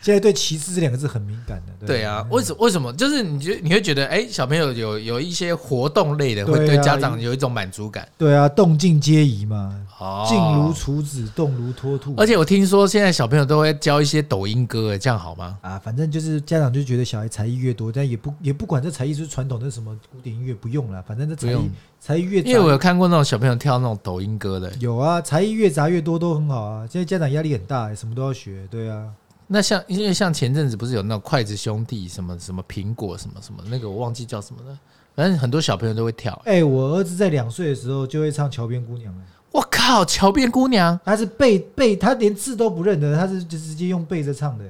[SPEAKER 2] 现在对歧视这两个字很敏感的。
[SPEAKER 1] 对啊，为什为什么？就是你觉你会觉得，哎、小朋友有有一些活动类的，会
[SPEAKER 2] 对啊
[SPEAKER 1] 对家长有一种满足感。
[SPEAKER 2] 对啊，动静皆宜嘛，
[SPEAKER 1] 哦
[SPEAKER 2] 静如处子，动如脱兔。
[SPEAKER 1] 而且我听说现在小朋友都会教一些抖音歌，哎这样好吗？
[SPEAKER 2] 啊，反正就是家长就觉得小孩才艺越多，但也不也不管这才艺是传统的什么古典音乐，不用了，反正这才
[SPEAKER 1] 不
[SPEAKER 2] 艺
[SPEAKER 1] 用
[SPEAKER 2] 才艺越
[SPEAKER 1] 因为我
[SPEAKER 2] 杂
[SPEAKER 1] 有看过那种小朋友跳那种抖音歌的。哎
[SPEAKER 2] 有啊，才艺越杂越多都很好啊。现在家长压力很大、什么都要学，对啊。
[SPEAKER 1] 那像因为像前阵子不是有那种筷子兄弟什么什么苹果什么什么那个我忘记叫什么了，反正很多小朋友都会跳。
[SPEAKER 2] 哎、我儿子在两岁的时候就会唱《桥边姑娘》了，
[SPEAKER 1] 我靠，桥边姑娘，
[SPEAKER 2] 他是背背，他连字都不认得，他是就直接用背着唱的。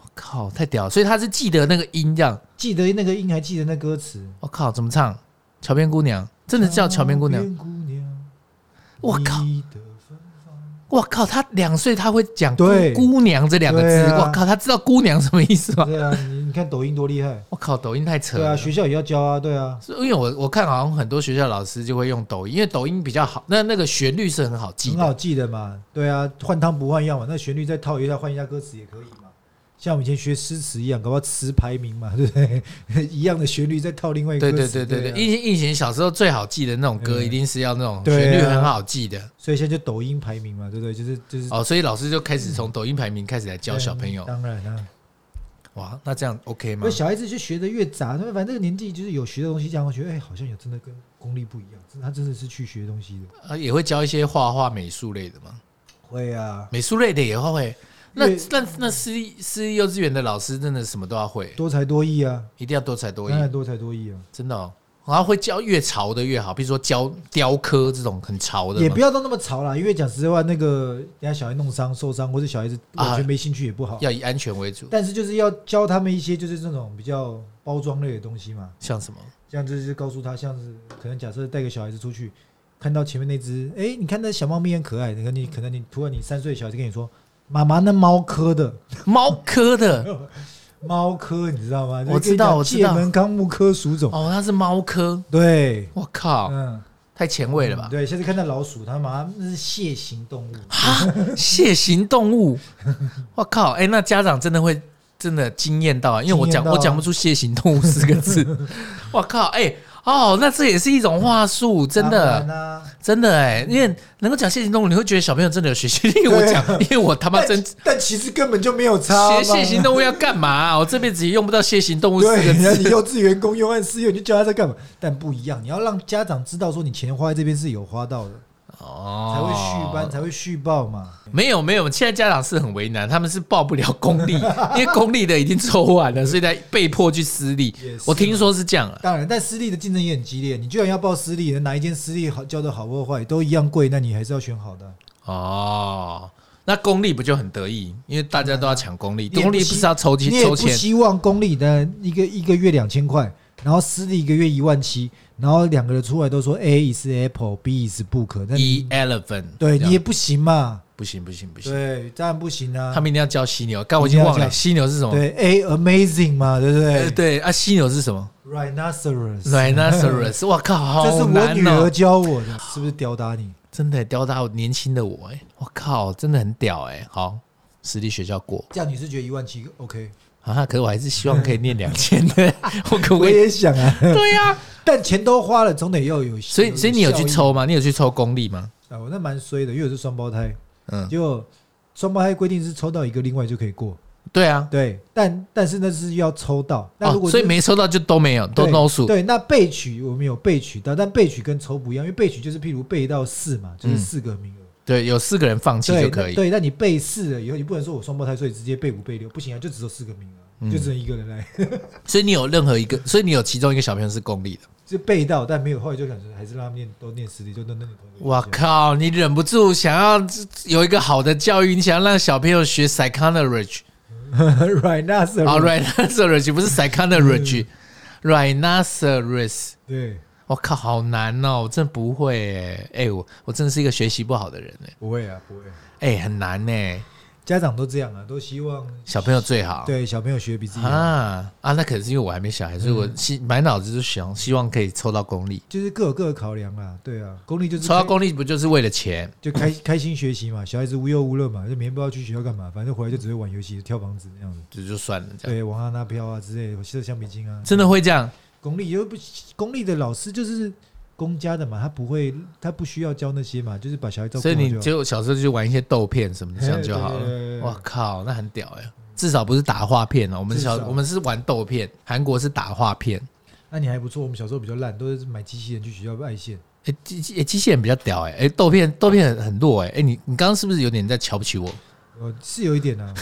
[SPEAKER 1] 我靠，太屌了！所以他是记得那个音这样。
[SPEAKER 2] 记得那个音，还记得那歌词，
[SPEAKER 1] 我靠，怎么唱？桥边姑娘，真的叫桥边姑娘。
[SPEAKER 2] 桥边姑娘
[SPEAKER 1] 我靠！
[SPEAKER 2] 你的芬芳
[SPEAKER 1] 我靠，他两岁他会讲姑
[SPEAKER 2] 对
[SPEAKER 1] 姑娘这两个
[SPEAKER 2] 对
[SPEAKER 1] 字。
[SPEAKER 2] 啊
[SPEAKER 1] 我靠，他知道姑娘什么意思吗？
[SPEAKER 2] 对啊，你你看抖音多厉害，
[SPEAKER 1] 我靠，抖音太扯
[SPEAKER 2] 对啊，
[SPEAKER 1] 了。
[SPEAKER 2] 学校也要教啊，对啊，
[SPEAKER 1] 是因为我我看好像很多学校老师就会用抖音，因为抖音比较好，那那个旋律是很好记
[SPEAKER 2] 很
[SPEAKER 1] 的。
[SPEAKER 2] 好记得嘛，对啊，换汤不换药嘛，那旋律再套一下，换一下歌词也可以嘛。像我们以前学诗词一样，搞不好词排名嘛， 对不对？一样的旋律再套另外一个
[SPEAKER 1] 对
[SPEAKER 2] 歌
[SPEAKER 1] 对
[SPEAKER 2] 词，
[SPEAKER 1] 对对对，
[SPEAKER 2] 啊
[SPEAKER 1] 以前以前小时候最好记的那种歌，
[SPEAKER 2] 嗯
[SPEAKER 1] 一定是要那种
[SPEAKER 2] 对啊
[SPEAKER 1] 旋律很好记的
[SPEAKER 2] 所以现在就抖音排名嘛，对不对？就是就是
[SPEAKER 1] 哦，所以老师就开始从抖音排名开始来教小朋友
[SPEAKER 2] 嗯。当然啊，
[SPEAKER 1] 哇，那这样 OK
[SPEAKER 2] 因
[SPEAKER 1] 吗
[SPEAKER 2] 为？小孩子就学的越杂，那么反正这个年纪就是有学的东西，这样会觉得哎、好像有真的跟功力不一样，真的他真的是去学东西的。
[SPEAKER 1] 呃，也会教一些画画、美术类的吗？
[SPEAKER 2] 会啊，
[SPEAKER 1] 美术类的也会。那
[SPEAKER 2] 因为
[SPEAKER 1] 那那私立私立幼稚园的老师真的什么都要会，
[SPEAKER 2] 多才多艺啊，
[SPEAKER 1] 一定要多才多艺
[SPEAKER 2] 当，然多才多艺啊，
[SPEAKER 1] 真的哦。然后会教越潮的越好，比如说教雕刻这种很潮的
[SPEAKER 2] 也
[SPEAKER 1] 嘛
[SPEAKER 2] 不，要到那么吵啦，因为讲实在话，那个人家小孩弄伤、受伤，或者小孩子
[SPEAKER 1] 啊
[SPEAKER 2] 完全没兴趣也不好。
[SPEAKER 1] 要以安全为主。
[SPEAKER 2] 但是就是要教他们一些就是这种比较包装类的东西嘛，
[SPEAKER 1] 像什么？
[SPEAKER 2] 像就是告诉他，像是可能假设带个小孩子出去，看到前面那只，哎、你看那小猫咪很可爱，你看你可能你突然你三岁的小孩子跟你说，妈妈那猫科的，
[SPEAKER 1] 猫科的
[SPEAKER 2] 猫科，你知道吗？
[SPEAKER 1] 我知道我
[SPEAKER 2] 就是
[SPEAKER 1] 知
[SPEAKER 2] 跟你
[SPEAKER 1] 道
[SPEAKER 2] 讲界门纲目科属种。
[SPEAKER 1] 哦，它是猫科。
[SPEAKER 2] 对，
[SPEAKER 1] 我靠，
[SPEAKER 2] 嗯，
[SPEAKER 1] 太前卫了吧！
[SPEAKER 2] 对，下次看到老鼠，它马上那是蟹形动物。
[SPEAKER 1] 哈，蟹形动物，我靠！哎、那家长真的会真的惊艳到啊，因为我
[SPEAKER 2] 惊艳
[SPEAKER 1] 讲、
[SPEAKER 2] 到啊
[SPEAKER 1] 我讲不出蟹形动物四个字。 我靠！哎、哦，那这也是一种话术，真的
[SPEAKER 2] 当。然啊，
[SPEAKER 1] 真的哎、因为能够讲蟹形动物，你会觉得小朋友真的有学习。 因为我讲，
[SPEAKER 2] 啊
[SPEAKER 1] 因为我他妈
[SPEAKER 2] 但
[SPEAKER 1] 真
[SPEAKER 2] 但其实根本就没有差嘛。
[SPEAKER 1] 学蟹形动物要干嘛啊、我这辈子也用不到蟹形动物四
[SPEAKER 2] 对，
[SPEAKER 1] 个
[SPEAKER 2] 你要你
[SPEAKER 1] 字。
[SPEAKER 2] 幼稚园公用按私用，你就教他在干嘛？但不一样，你要让家长知道说你钱花在这边是有花到的，
[SPEAKER 1] 哦
[SPEAKER 2] 才会续班，才会续报嘛。
[SPEAKER 1] 没有没有，现在家长是很为难，他们是报不了公 立，因为公立的已经抽完了，所以才被迫去私立
[SPEAKER 2] 也是。
[SPEAKER 1] 我听说是这样啊，
[SPEAKER 2] 当然，但私立的竞争也很激烈，你居然要报私立，哪一间私立好教的好或坏都一样贵，那你还是要选好的。
[SPEAKER 1] 哦，那公立不就很得意？因为大家都要抢公立，
[SPEAKER 2] 你也不
[SPEAKER 1] 公立不是要抽
[SPEAKER 2] 你
[SPEAKER 1] 签
[SPEAKER 2] 也不
[SPEAKER 1] 抽签？
[SPEAKER 2] 希望公立的一个一个月两千块，然后私立一个月一万七，然后两个人出来都说 A is Apple，B is Book，那
[SPEAKER 1] 一
[SPEAKER 2] 你
[SPEAKER 1] elephant，
[SPEAKER 2] 对
[SPEAKER 1] ，E 这
[SPEAKER 2] 你
[SPEAKER 1] 样
[SPEAKER 2] 也不行嘛，
[SPEAKER 1] 不行不行不行，
[SPEAKER 2] 对，当然不行啊
[SPEAKER 1] 他。们一定要教犀牛。刚我已经忘
[SPEAKER 2] 一定要
[SPEAKER 1] 了
[SPEAKER 2] 教
[SPEAKER 1] 犀牛是什么？
[SPEAKER 2] 对，A amazing 嘛，对不
[SPEAKER 1] 呃
[SPEAKER 2] 对
[SPEAKER 1] 对啊，犀牛是什 么
[SPEAKER 2] ？Rhinoceros，
[SPEAKER 1] ？Rhinoceros，我靠，
[SPEAKER 2] 这是
[SPEAKER 1] 好
[SPEAKER 2] 我
[SPEAKER 1] 难
[SPEAKER 2] 女儿
[SPEAKER 1] 哦！
[SPEAKER 2] 教我的，是不是吊打你？
[SPEAKER 1] 真的吊打我年轻的我哎，我靠，真的很屌哎！好，私立学校过。
[SPEAKER 2] 这样你是觉得一万七 OK？
[SPEAKER 1] 啊，可是我还是希望可以念两 千的，我可不
[SPEAKER 2] 我
[SPEAKER 1] 可以？
[SPEAKER 2] 也想啊，
[SPEAKER 1] 对呀、
[SPEAKER 2] 但钱都花了，总得要有。
[SPEAKER 1] 所以所以你有去
[SPEAKER 2] 效
[SPEAKER 1] 抽吗？你有去抽公立吗？
[SPEAKER 2] 益啊？我那蛮衰的，因为我是双胞胎，
[SPEAKER 1] 嗯，
[SPEAKER 2] 结果双胞胎规定是抽到一个，另外就可以过。
[SPEAKER 1] 对啊，
[SPEAKER 2] 对，但但是那是要抽到。那如
[SPEAKER 1] 哦，
[SPEAKER 2] 果
[SPEAKER 1] 所以
[SPEAKER 2] 是
[SPEAKER 1] 没抽到就都没有，都
[SPEAKER 2] 对
[SPEAKER 1] no 数。
[SPEAKER 2] 对，那备取我们有备取到，但备取跟抽不一样，因为备取就是譬如备到四嘛，就是
[SPEAKER 1] 嗯
[SPEAKER 2] 四个名额。
[SPEAKER 1] 对，有四个人放弃
[SPEAKER 2] 对，
[SPEAKER 1] 就
[SPEAKER 2] 那
[SPEAKER 1] 可以。
[SPEAKER 2] 对，那你备四了以后，你不能说我双胞胎，所以直接备五备六，不行啊，就只有四个名额，
[SPEAKER 1] 嗯
[SPEAKER 2] 就只能一个人来，
[SPEAKER 1] 所以你有任何一个，所以你有其中一个小朋友是公立的。
[SPEAKER 2] 就备到，但没有，后来就想说还是让他们念都念私立，就都念同。
[SPEAKER 1] 我！靠，你忍不住想要有一个好的教育，你想要让小朋友学 psychology
[SPEAKER 2] ，Right now 是
[SPEAKER 1] 啊，rhinoceros 不是
[SPEAKER 2] 嗯
[SPEAKER 1] psychology，rhinoceros。
[SPEAKER 2] 对，
[SPEAKER 1] 我靠，好难哦！我真的不会哎、哎、我我真的是一个学习不好的人哎、
[SPEAKER 2] 不会啊，不会。
[SPEAKER 1] 哎、很难呢、
[SPEAKER 2] 家长都这样啊，都希望
[SPEAKER 1] 小朋友最好。
[SPEAKER 2] 对小朋友学比自己好，
[SPEAKER 1] 啊啊，那可能是因为我还没小孩，所以我
[SPEAKER 2] 嗯
[SPEAKER 1] 希满脑子就想希望可以抽到公立，
[SPEAKER 2] 就是各有各的考量啊。对啊，公立就是
[SPEAKER 1] 抽到
[SPEAKER 2] 开
[SPEAKER 1] 公立不就是为了钱？
[SPEAKER 2] 就开开心学习嘛，小孩子无忧无虑嘛，就每天不知道去学校干嘛，反正回来就只会玩游戏、跳房子那样子。
[SPEAKER 1] 就就算了这样，
[SPEAKER 2] 对，往上拉飘啊之类的，射橡皮筋啊。
[SPEAKER 1] 真的会这样？
[SPEAKER 2] 公立又不公立的老师就是公家的嘛，他不会，他不需要教那些嘛，就是把小孩照顾
[SPEAKER 1] 所以你
[SPEAKER 2] 好就
[SPEAKER 1] 就小时候就玩一些豆片什么的，
[SPEAKER 2] 好
[SPEAKER 1] 这样就好
[SPEAKER 2] 嘿对
[SPEAKER 1] 了。
[SPEAKER 2] 对对对
[SPEAKER 1] 哇靠，那很屌哎、至少不是打画片哦、我们小
[SPEAKER 2] 至少
[SPEAKER 1] 我们是玩豆片，韩国是打画片。
[SPEAKER 2] 那啊你还不错，我们小时候比较烂，都是买机器人去学校爱线。
[SPEAKER 1] 哎、机机诶机器人比较屌哎、哎、豆片豆片很很弱哎、哎、你你刚刚是不是有点在瞧不起我？
[SPEAKER 2] 呃，是有一点啊。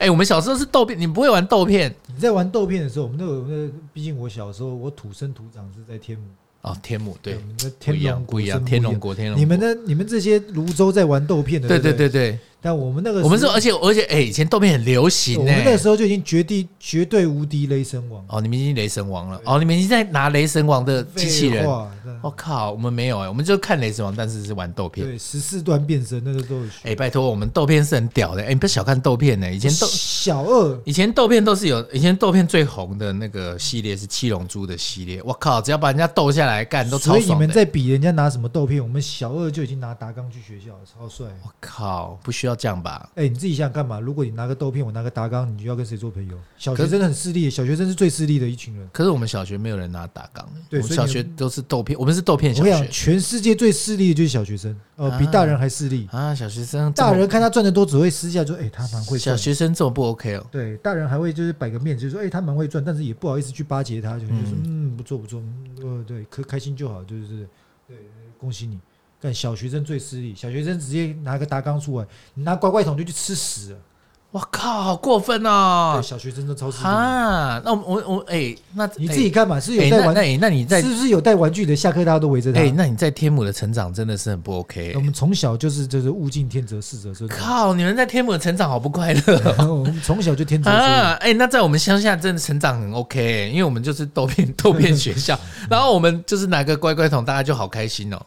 [SPEAKER 1] 哎、我们小时候是豆片，你不会玩豆片
[SPEAKER 2] 你在玩豆片的时候，我们都有那，毕竟我小时候我土生土长是在天母，
[SPEAKER 1] 哦，天母对
[SPEAKER 2] 我，们在
[SPEAKER 1] 不
[SPEAKER 2] 天
[SPEAKER 1] 一样
[SPEAKER 2] 龙
[SPEAKER 1] 不一
[SPEAKER 2] 古镇
[SPEAKER 1] 样，天龙国天龙国。
[SPEAKER 2] 你们的你们这些泸州在玩豆片的，
[SPEAKER 1] 对
[SPEAKER 2] 对
[SPEAKER 1] 对
[SPEAKER 2] 不
[SPEAKER 1] 对对，
[SPEAKER 2] 但我们那个
[SPEAKER 1] 我们
[SPEAKER 2] 时
[SPEAKER 1] 说
[SPEAKER 2] 候
[SPEAKER 1] 而且而且哎、以前豆片很流行
[SPEAKER 2] 我
[SPEAKER 1] 呢、
[SPEAKER 2] 们那时候就已经绝地绝对无敌雷神王，
[SPEAKER 1] 哦，你们已经雷神王了哦，你们已经在拿雷神王的呃机器人
[SPEAKER 2] 废。话真
[SPEAKER 1] 我、
[SPEAKER 2] 的
[SPEAKER 1] 靠，我们没有哎、我们就看雷神王，但是是玩豆片。
[SPEAKER 2] 对，十四段变身那个都有学。
[SPEAKER 1] 哎、拜托，我们豆片是很屌的。哎、你不要小看豆片呢、以前豆
[SPEAKER 2] 小二
[SPEAKER 1] 以前豆片都是有，以前豆片最红的那个系列是七龙珠的系列。我靠，只要把人家斗下来干，都
[SPEAKER 2] 所
[SPEAKER 1] 超
[SPEAKER 2] 以你
[SPEAKER 1] 爽
[SPEAKER 2] 们
[SPEAKER 1] 的、
[SPEAKER 2] 在比人家拿什么豆片，我们小二就已经拿达纲去学校了，超帅。
[SPEAKER 1] 我靠，不需要这样吧？
[SPEAKER 2] 哎、你自己想想干嘛？如果你拿个豆片，我拿个达纲，你就要跟谁做朋友？小
[SPEAKER 1] 可
[SPEAKER 2] 学
[SPEAKER 1] 是
[SPEAKER 2] 生很势利，小学生是最势利的一群人。
[SPEAKER 1] 可是我们小学没有人拿打钢，我
[SPEAKER 2] 对
[SPEAKER 1] 们
[SPEAKER 2] 所以
[SPEAKER 1] 小
[SPEAKER 2] 你
[SPEAKER 1] 学
[SPEAKER 2] 们
[SPEAKER 1] 都是豆片，我们是豆片哎
[SPEAKER 2] 我
[SPEAKER 1] 小
[SPEAKER 2] 跟你讲，
[SPEAKER 1] 学
[SPEAKER 2] 全世界最势利的就是小学生，哦、
[SPEAKER 1] 啊
[SPEAKER 2] 比大人还势利。
[SPEAKER 1] 啊。小学生这么
[SPEAKER 2] 大人看他赚的多，只会私下就哎、他蛮会
[SPEAKER 1] 小
[SPEAKER 2] 赚的。
[SPEAKER 1] 学生这么不 OK 哦？
[SPEAKER 2] 对，大人还会就是摆个面子，就说哎、他蛮会赚，但是也不好意思去巴结他，就就说嗯不错不错，嗯呃对，可开心就好，就是对，恭喜你。但小学生最势利，小学生直接拿个达纲出来，你拿乖乖桶就去吃屎了。
[SPEAKER 1] 我靠，好过分哦
[SPEAKER 2] 对，！小学生都超势利的。
[SPEAKER 1] 啊，那我我我哎、那
[SPEAKER 2] 你自己看嘛，是
[SPEAKER 1] 哎、
[SPEAKER 2] 有
[SPEAKER 1] 哎
[SPEAKER 2] 带
[SPEAKER 1] 那
[SPEAKER 2] 玩，
[SPEAKER 1] 那你那你在
[SPEAKER 2] 是不是有带玩具的？下课大家都围着他。
[SPEAKER 1] 哎、那你在天母的成长真的是很不 OK 欸、
[SPEAKER 2] 我们从小就是就是物竞天择，适者生存。
[SPEAKER 1] 靠，你们在天母的成长好不快乐
[SPEAKER 2] 我们从小就天择生
[SPEAKER 1] 啊！哎、那在我们乡下真的成长很 OK，、欸、因为我们就是豆 片豆片学校，然后我们就是拿个乖乖桶，大家就好开心哦。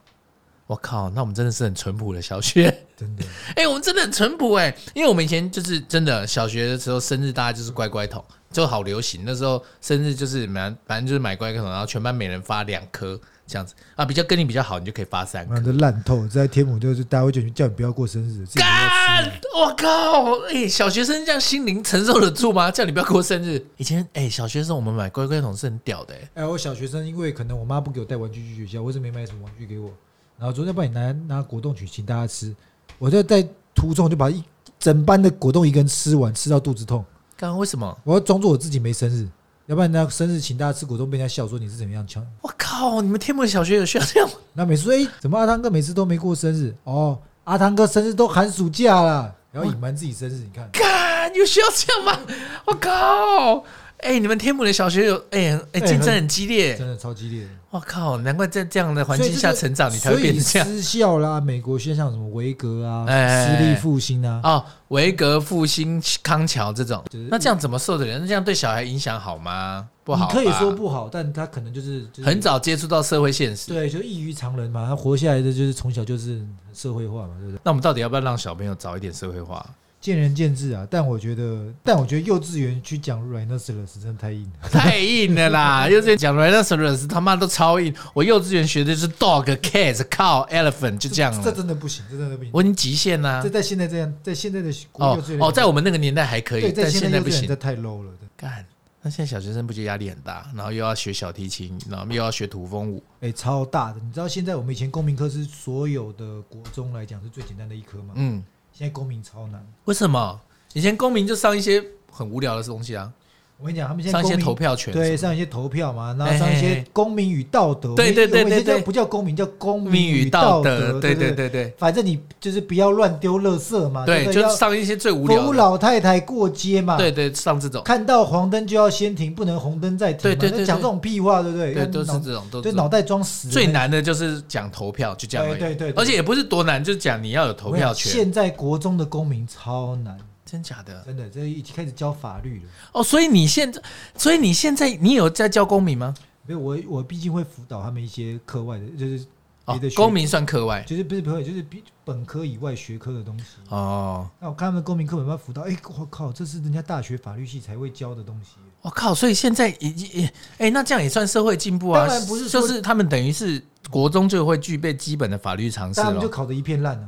[SPEAKER 1] 我靠，那我们真的是很淳朴的小学，
[SPEAKER 2] 真的。
[SPEAKER 1] 哎、我们真的很淳朴哎、因为我们以前就是真的小学的时候，生日大家就是乖乖桶，就好流行。那时候生日就是买，反正就是买乖乖桶，然后全班每人发两颗这样子啊，比较跟你比较好，你就可以发三颗
[SPEAKER 2] 妈。的烂透，在天母就是大家会觉得叫你不要过生日，自己要吃。
[SPEAKER 1] 干！我靠！哎、小学生这样心灵承受得住吗？叫你不要过生日。以前哎、小学生我们买乖乖桶是很屌的、哎
[SPEAKER 2] 哎，我小学生因为可能我妈不给我带玩具去学校，我是没买什么玩具给我，然后昨天帮你拿拿果冻去请大家吃，我就在途中就把一整班的果冻一个人吃完，吃到肚子痛，
[SPEAKER 1] 刚为什么？
[SPEAKER 2] 我要装作我自己没生日，要不然呢生日请大家吃果冻被人家笑说你是怎么样抢
[SPEAKER 1] 我靠！你们天母小学有需要这样吗？
[SPEAKER 2] 那每次说，哎、怎么阿汤哥每次都没过生日？哦，阿汤哥生日都寒暑假啦，然后隐瞒自己生日，你看，
[SPEAKER 1] 干，有需要这样吗？我靠！哎、你们天母的小学有哎很哎
[SPEAKER 2] 哎
[SPEAKER 1] 竞争很激烈
[SPEAKER 2] 真。的超激烈的。
[SPEAKER 1] 我靠！难怪在这样的环境下成长，你才
[SPEAKER 2] 所
[SPEAKER 1] 会
[SPEAKER 2] 以
[SPEAKER 1] 变
[SPEAKER 2] 就是
[SPEAKER 1] 成这
[SPEAKER 2] 所以
[SPEAKER 1] 样。
[SPEAKER 2] 私校啦，美国学校像什么维格啊、
[SPEAKER 1] 哎哎哎
[SPEAKER 2] 私立复兴啊，
[SPEAKER 1] 哦，维格、复兴、康桥这种
[SPEAKER 2] 就是，
[SPEAKER 1] 那这样怎么受得了？那这样对小孩影响好吗？不好吧，
[SPEAKER 2] 你可以说不好，但他可能就是、就是、
[SPEAKER 1] 很早接触到社会现实。
[SPEAKER 2] 对，就异于常人嘛，他活下来的就是从小就是社会化嘛，对不对？
[SPEAKER 1] 那我们到底要不要让小朋友早一点社会化？
[SPEAKER 2] 见仁见智啊，但我觉得，但我觉得幼稚园去讲 rhinoceros 真的太硬了。
[SPEAKER 1] 太硬了啦！幼稚园讲 rhinoceros 他妈都超硬，我幼稚园学的就是 dog、cat、cow、elephant 就这样
[SPEAKER 2] 这
[SPEAKER 1] 了，
[SPEAKER 2] 真的不行，这真的不行。
[SPEAKER 1] 我已经极限啦、
[SPEAKER 2] 这在现在这样，在现在的国
[SPEAKER 1] 哦
[SPEAKER 2] 幼稚园
[SPEAKER 1] 哦，在我们那个年代还可以，
[SPEAKER 2] 对，在
[SPEAKER 1] 但
[SPEAKER 2] 现
[SPEAKER 1] 现在
[SPEAKER 2] 在幼
[SPEAKER 1] 不
[SPEAKER 2] 稚园
[SPEAKER 1] 行
[SPEAKER 2] 这。太 low 了。对
[SPEAKER 1] 干，那现在小学生不就压力很大，然后又要学小提琴，然后又要学土风舞，
[SPEAKER 2] 哎、超大的！你知道现在我们以前公民科是所有的国中来讲是最简单的一科吗？
[SPEAKER 1] 嗯，
[SPEAKER 2] 现在公民超难。
[SPEAKER 1] 为什么？以前公民就上一些很无聊的东西啊，
[SPEAKER 2] 我跟你讲，他们现在
[SPEAKER 1] 上一些
[SPEAKER 2] 公民
[SPEAKER 1] 投票权，
[SPEAKER 2] 对，上一些投票嘛，然
[SPEAKER 1] 哎
[SPEAKER 2] 后上一
[SPEAKER 1] 哎
[SPEAKER 2] 些
[SPEAKER 1] 哎
[SPEAKER 2] 公民与道德。
[SPEAKER 1] 对
[SPEAKER 2] 我们
[SPEAKER 1] 对对
[SPEAKER 2] 我们现在
[SPEAKER 1] 对对
[SPEAKER 2] 不叫公民，叫公
[SPEAKER 1] 命
[SPEAKER 2] 民
[SPEAKER 1] 与道
[SPEAKER 2] 道
[SPEAKER 1] 德，对
[SPEAKER 2] 对
[SPEAKER 1] 对。对对
[SPEAKER 2] 反正你就是不要乱丢垃圾嘛，
[SPEAKER 1] 对，
[SPEAKER 2] 对不
[SPEAKER 1] 就
[SPEAKER 2] 要
[SPEAKER 1] 是上一些最无
[SPEAKER 2] 扶
[SPEAKER 1] 聊的，
[SPEAKER 2] 老太太过街嘛，
[SPEAKER 1] 对对，上这种，
[SPEAKER 2] 看到黄灯就要先停，不能红灯再停
[SPEAKER 1] 对
[SPEAKER 2] 嘛。
[SPEAKER 1] 对对
[SPEAKER 2] 那讲
[SPEAKER 1] 对
[SPEAKER 2] 这种屁话，对不对？
[SPEAKER 1] 对，
[SPEAKER 2] 那
[SPEAKER 1] 都是
[SPEAKER 2] 脑
[SPEAKER 1] 这种，都是
[SPEAKER 2] 对
[SPEAKER 1] 这种
[SPEAKER 2] 脑袋装死的
[SPEAKER 1] 最
[SPEAKER 2] 那
[SPEAKER 1] 难的就是讲投票，就这样而已。
[SPEAKER 2] 对对对对
[SPEAKER 1] 而且也不是多难，就是讲你要有投票
[SPEAKER 2] 我
[SPEAKER 1] 权，
[SPEAKER 2] 跟你讲现在国中的公民超难，
[SPEAKER 1] 真假的
[SPEAKER 2] 真的，这已经开始教法律了。
[SPEAKER 1] 哦。所以你现在，所以你现在你有在教公民吗？
[SPEAKER 2] 没有，我我毕竟会辅导他们一些课外的，就是
[SPEAKER 1] 哦
[SPEAKER 2] 别的，学
[SPEAKER 1] 公民算课外
[SPEAKER 2] 就是不是朋友，就是比本科以外学科的东西。
[SPEAKER 1] 哦。
[SPEAKER 2] 那我看他们公民课本有没有辅导，哎、我靠，这是人家大学法律系才会教的东西。
[SPEAKER 1] 我靠！所以现在已经，哎、那这样也算社会进步啊？
[SPEAKER 2] 当然不是说
[SPEAKER 1] 就是他们等于是国中就会具备基本的法律常识
[SPEAKER 2] 但他们就
[SPEAKER 1] 了。
[SPEAKER 2] 考得一片烂啊。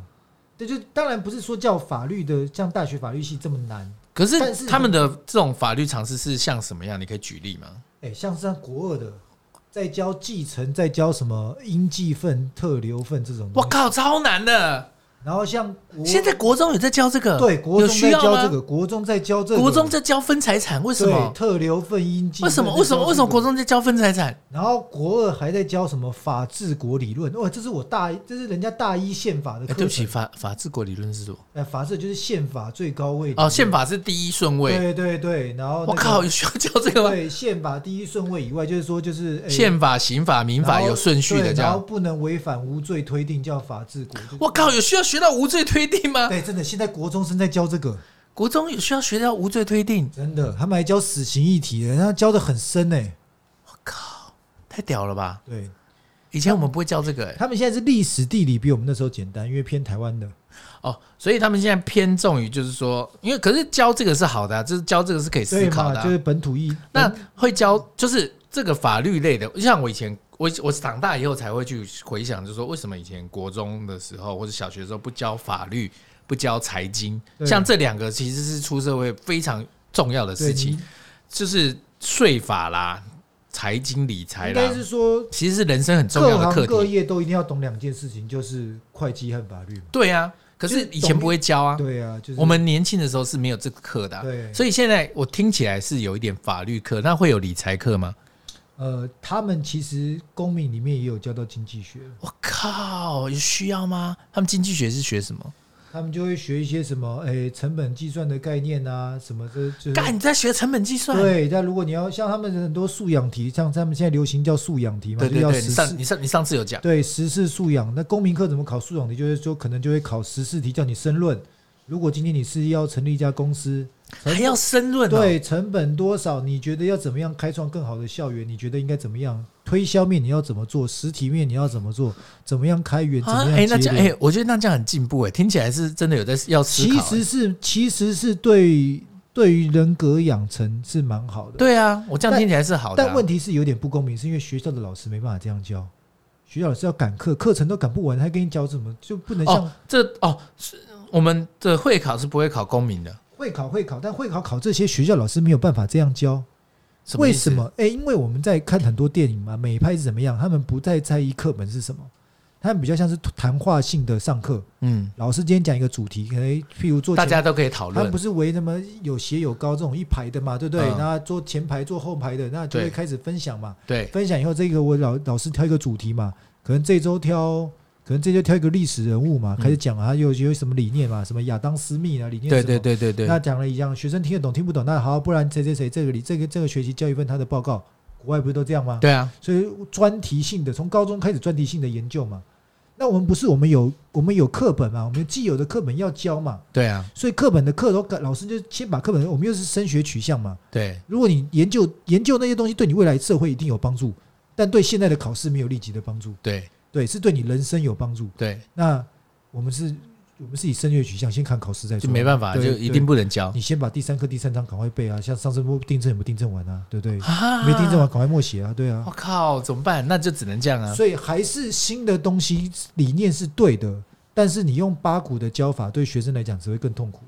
[SPEAKER 2] 对，就当然不是说叫法律的像大学法律系这么难，
[SPEAKER 1] 可
[SPEAKER 2] 但
[SPEAKER 1] 是
[SPEAKER 2] 是
[SPEAKER 1] 他们的这种法律常识是像什么样？你可以举例吗？
[SPEAKER 2] 哎、像是像国二的在教继承，在教什么应继分、特留分这种
[SPEAKER 1] 我
[SPEAKER 2] 东西。
[SPEAKER 1] 靠，超难的！
[SPEAKER 2] 然后像国
[SPEAKER 1] 现在国中有在教这个，
[SPEAKER 2] 对国
[SPEAKER 1] 有
[SPEAKER 2] 中
[SPEAKER 1] 需
[SPEAKER 2] 在
[SPEAKER 1] 要
[SPEAKER 2] 教
[SPEAKER 1] 吗？
[SPEAKER 2] 这个，国中在教这个，
[SPEAKER 1] 国中在教分财产，为什
[SPEAKER 2] 对
[SPEAKER 1] 么？
[SPEAKER 2] 特留分、应继
[SPEAKER 1] 为
[SPEAKER 2] 分
[SPEAKER 1] 什么？为什么？为什么国？
[SPEAKER 2] 在教这个
[SPEAKER 1] 中在教分财产？
[SPEAKER 2] 然后国二还在教什么法治国理论？哇，这是我大一，这是人家大一宪法的
[SPEAKER 1] 哎、
[SPEAKER 2] 课程。
[SPEAKER 1] 对不起，法法治国理论是什么？
[SPEAKER 2] 哎，法治就是宪法最高位
[SPEAKER 1] 哦，宪法
[SPEAKER 2] 法
[SPEAKER 1] 是第一顺位。
[SPEAKER 2] 对对对，然后那
[SPEAKER 1] 我
[SPEAKER 2] 个
[SPEAKER 1] 靠，有需要教这个吗？
[SPEAKER 2] 对，哎宪法第一顺位以外，就是说就是哎
[SPEAKER 1] 宪法、刑法、民法
[SPEAKER 2] 然后
[SPEAKER 1] 有顺序的
[SPEAKER 2] 对
[SPEAKER 1] 这
[SPEAKER 2] 然后
[SPEAKER 1] 样。
[SPEAKER 2] 不能违反无罪推定，叫法治国。就是
[SPEAKER 1] 我靠，有需要学到无罪推定吗？
[SPEAKER 2] 对，真的，现在国中生在教这个，
[SPEAKER 1] 国中有需要学到无罪推定？
[SPEAKER 2] 真的，他们还教死刑议题的，他教的很深呢。
[SPEAKER 1] 我靠，太屌了吧！
[SPEAKER 2] 对
[SPEAKER 1] 以前我们不会教这个、欸、
[SPEAKER 2] 他们现在是历史地理比我们那时候简单，因为偏台湾的。
[SPEAKER 1] 哦，所以他们现在偏重于就是说，因为可是教这个是好的、啊，就是教这个是可以思
[SPEAKER 2] 对
[SPEAKER 1] 考
[SPEAKER 2] 嘛，
[SPEAKER 1] 的啊、
[SPEAKER 2] 就是本土意。
[SPEAKER 1] 那会教就是这个法律类的，像我以前我我长大以后才会去回想，就是说为什么以前国中的时候或者小学的时候不教法律，不教财经，
[SPEAKER 2] 对
[SPEAKER 1] 像这两个其实是出社会非常重要的
[SPEAKER 2] 对
[SPEAKER 1] 事情，
[SPEAKER 2] 你
[SPEAKER 1] 就是税法啦、财经理财
[SPEAKER 2] 应
[SPEAKER 1] 啦
[SPEAKER 2] 该，是说
[SPEAKER 1] 其实是人生很重
[SPEAKER 2] 各
[SPEAKER 1] 要的课
[SPEAKER 2] 行各
[SPEAKER 1] 题。
[SPEAKER 2] 业都一定要懂两件事情，就是会计和法律嘛。
[SPEAKER 1] 对啊，可是以前不会教啊，
[SPEAKER 2] 对啊，就是
[SPEAKER 1] 我们年轻的时候是没有这个课的啊、
[SPEAKER 2] 对，
[SPEAKER 1] 所以现在我听起来是有一点法律课，那会有理财课吗？
[SPEAKER 2] 呃，他们其实公民里面也有教到经济学，
[SPEAKER 1] 我靠，有需要吗？他们经济学是学什么？
[SPEAKER 2] 他们就会学一些什么，诶、成本计算的概念啊，什么这就是。
[SPEAKER 1] 干，你在学成本计算？
[SPEAKER 2] 对，但如果你要像他们很多素养题，像他们现在流行叫素养题嘛，
[SPEAKER 1] 对对
[SPEAKER 2] 就叫
[SPEAKER 1] 对，你
[SPEAKER 2] 时
[SPEAKER 1] 上
[SPEAKER 2] 事，
[SPEAKER 1] 你上你上次有讲，
[SPEAKER 2] 对时事素养。那公民课怎么考素养题？就是说可能就会考时事题，叫你申论。如果今天你是要成立一家公司，成
[SPEAKER 1] 还要申论、哦？，
[SPEAKER 2] 对，成本多少？你觉得要怎么样开创更好的校园？你觉得应该怎么样？推销面你要怎么做？实体面你要怎么做？怎么样开源？怎
[SPEAKER 1] 啊
[SPEAKER 2] 么，样
[SPEAKER 1] 哎、那
[SPEAKER 2] 节
[SPEAKER 1] 这样
[SPEAKER 2] 流
[SPEAKER 1] 哎、我觉得那这样很进步哎、听起来是真的有在要思
[SPEAKER 2] 其
[SPEAKER 1] 考、哎
[SPEAKER 2] 实是其实是对对于人格养成是蛮好的。
[SPEAKER 1] 对啊，我这样
[SPEAKER 2] 但
[SPEAKER 1] 听起来是好的啊、
[SPEAKER 2] 但问题是有点不公平，是因为学校的老师没办法这样教，学校老师要赶课，课程都赶不完，还跟你教什么？就不能像
[SPEAKER 1] 哦，这哦是我们的会考是不会考公民的，
[SPEAKER 2] 会考会考，但会考考这些学校老师没有办法这样教。
[SPEAKER 1] 什么
[SPEAKER 2] 为
[SPEAKER 1] 意思
[SPEAKER 2] 什？么？诶，因为我们在看很多电影嘛，美拍是怎么样，他们不再在意课本是什么，他们比较像是谈话性的上课。
[SPEAKER 1] 嗯，
[SPEAKER 2] 老师今天讲一个主题，可能譬如做
[SPEAKER 1] 大
[SPEAKER 2] 前
[SPEAKER 1] 家都可以讨
[SPEAKER 2] 他们
[SPEAKER 1] 论
[SPEAKER 2] 不。是围那么有斜有高这种一排的嘛，对不对？
[SPEAKER 1] 嗯
[SPEAKER 2] 那坐前排坐后排的，那就
[SPEAKER 1] 对
[SPEAKER 2] 会开始分享嘛。
[SPEAKER 1] 对，
[SPEAKER 2] 分享以后，这个我老老师挑一个主题嘛，可能这周挑，可能这周挑一个历史人物嘛，
[SPEAKER 1] 嗯
[SPEAKER 2] 开始讲啊，有有什么理念嘛，什么亚当斯密啊，理念
[SPEAKER 1] 对
[SPEAKER 2] 什么
[SPEAKER 1] 对对对对，
[SPEAKER 2] 那讲了一样，学生听得懂听不懂，那好，不然谁谁谁这个里这个这个学期交一份他的报告，国外不是都这样吗？
[SPEAKER 1] 对啊，
[SPEAKER 2] 所以专题性的，从高中开始专题性的研究嘛。那我们不是我们有我们有课本嘛，我们既有的课本要教嘛，
[SPEAKER 1] 对啊，
[SPEAKER 2] 所以课本的课都老师就先把课本，我们又是升学取向嘛。
[SPEAKER 1] 对，
[SPEAKER 2] 如果你研究研究那些东西，对你未来社会一定有帮助，但对现在的考试没有立即的帮助，
[SPEAKER 1] 对，
[SPEAKER 2] 对，是对你人生有帮助。
[SPEAKER 1] 对，
[SPEAKER 2] 那我们是，我们是以升学取向，先看考试再说，
[SPEAKER 1] 就没办法，就
[SPEAKER 2] 对
[SPEAKER 1] 一定。不能教
[SPEAKER 2] 对。你先把第三课、第三章赶快背啊，像上次订正有没有订正完啊？对不对？
[SPEAKER 1] 啊
[SPEAKER 2] 没订正完，赶快默写啊，对啊
[SPEAKER 1] 我。靠，怎么办？那就只能这样啊。
[SPEAKER 2] 所以还是新的东西理念是对的，但是你用八股的教法，对学生来讲只会更痛苦。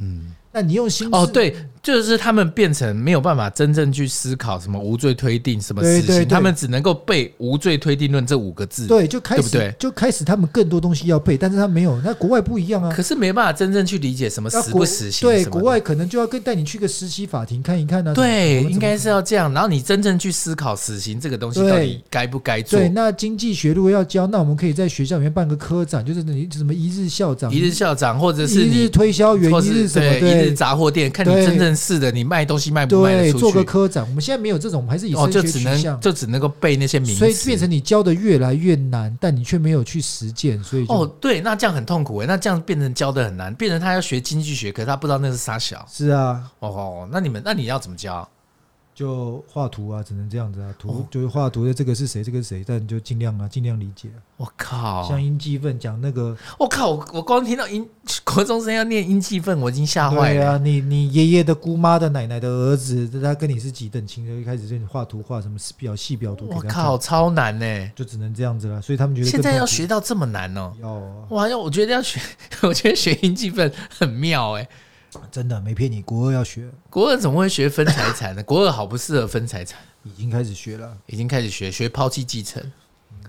[SPEAKER 1] 嗯，
[SPEAKER 2] 那你用新
[SPEAKER 1] 哦，
[SPEAKER 2] 式
[SPEAKER 1] 对，就是他们变成没有办法真正去思考什么无罪推定什么事情，
[SPEAKER 2] 对对对
[SPEAKER 1] 他们只能够背“无罪推定论”这五个字。，
[SPEAKER 2] 对，就开始
[SPEAKER 1] 对不对
[SPEAKER 2] 就开始他们更多东西要背，但是他没有。那国外不一样啊，
[SPEAKER 1] 可是没办法真正去理解什么
[SPEAKER 2] 要
[SPEAKER 1] 实
[SPEAKER 2] 国
[SPEAKER 1] 不实行。
[SPEAKER 2] 对
[SPEAKER 1] 什么的
[SPEAKER 2] 国外可能就要跟带你去个实习法庭看一看啊。
[SPEAKER 1] 对，
[SPEAKER 2] 怎么
[SPEAKER 1] 应该是要这样。然后你真正去思考死刑这个东西到底该不该做
[SPEAKER 2] 对。。那经济学如果要教，那我们可以在学校里面办个科长，就是你什么一日校长、
[SPEAKER 1] 一日校长，或者是
[SPEAKER 2] 一日
[SPEAKER 1] 你，
[SPEAKER 2] 推销员、
[SPEAKER 1] 或
[SPEAKER 2] 一
[SPEAKER 1] 是
[SPEAKER 2] 日什么
[SPEAKER 1] 对一日杂货店，看你
[SPEAKER 2] 对
[SPEAKER 1] 真正是的，你卖东西卖不卖
[SPEAKER 2] 对，
[SPEAKER 1] 得出
[SPEAKER 2] 做个
[SPEAKER 1] 去？
[SPEAKER 2] 科长。我们现在没有这种，我们还是以
[SPEAKER 1] 哦，
[SPEAKER 2] 升
[SPEAKER 1] 就
[SPEAKER 2] 学
[SPEAKER 1] 只
[SPEAKER 2] 取
[SPEAKER 1] 能
[SPEAKER 2] 向。
[SPEAKER 1] 就只能够背那些名词，
[SPEAKER 2] 所以变成你教的越来越难，但你却没有去实践，所以就
[SPEAKER 1] 哦，对，那这样很痛苦哎，那这样变成教的很难，变成他要学经济学，可是他不知道那是啥小
[SPEAKER 2] 是啊，
[SPEAKER 1] 哦。那你们，那你要怎么教？
[SPEAKER 2] 就画图啊，只能这样子啊，图
[SPEAKER 1] 哦
[SPEAKER 2] 就是画图的这个是谁，这个是谁，但就尽量啊，尽量理解啊、
[SPEAKER 1] 我靠！
[SPEAKER 2] 像应激愤讲那个，
[SPEAKER 1] 我靠！我我光听到音国中生要念音气氛，我已经吓坏
[SPEAKER 2] 对
[SPEAKER 1] 了。
[SPEAKER 2] 啊，你你爷爷的姑妈的奶奶的儿子，他跟你是几等亲的，一开始就画图画什么表细表图给
[SPEAKER 1] 我
[SPEAKER 2] 他看，
[SPEAKER 1] 靠，超难呢、
[SPEAKER 2] 就只能这样子了。所以他们觉得
[SPEAKER 1] 现在
[SPEAKER 2] 更
[SPEAKER 1] 要
[SPEAKER 2] 痛苦
[SPEAKER 1] 学到这么难哦、
[SPEAKER 2] 要啊
[SPEAKER 1] 哇，要我觉得要学， 我觉得学音气氛很妙哎、
[SPEAKER 2] 真的没骗你，国二要学，
[SPEAKER 1] 国二怎么会学分财产呢？国二好不适合分财产，
[SPEAKER 2] 已经开始学了。
[SPEAKER 1] 已经开始学学抛弃继承。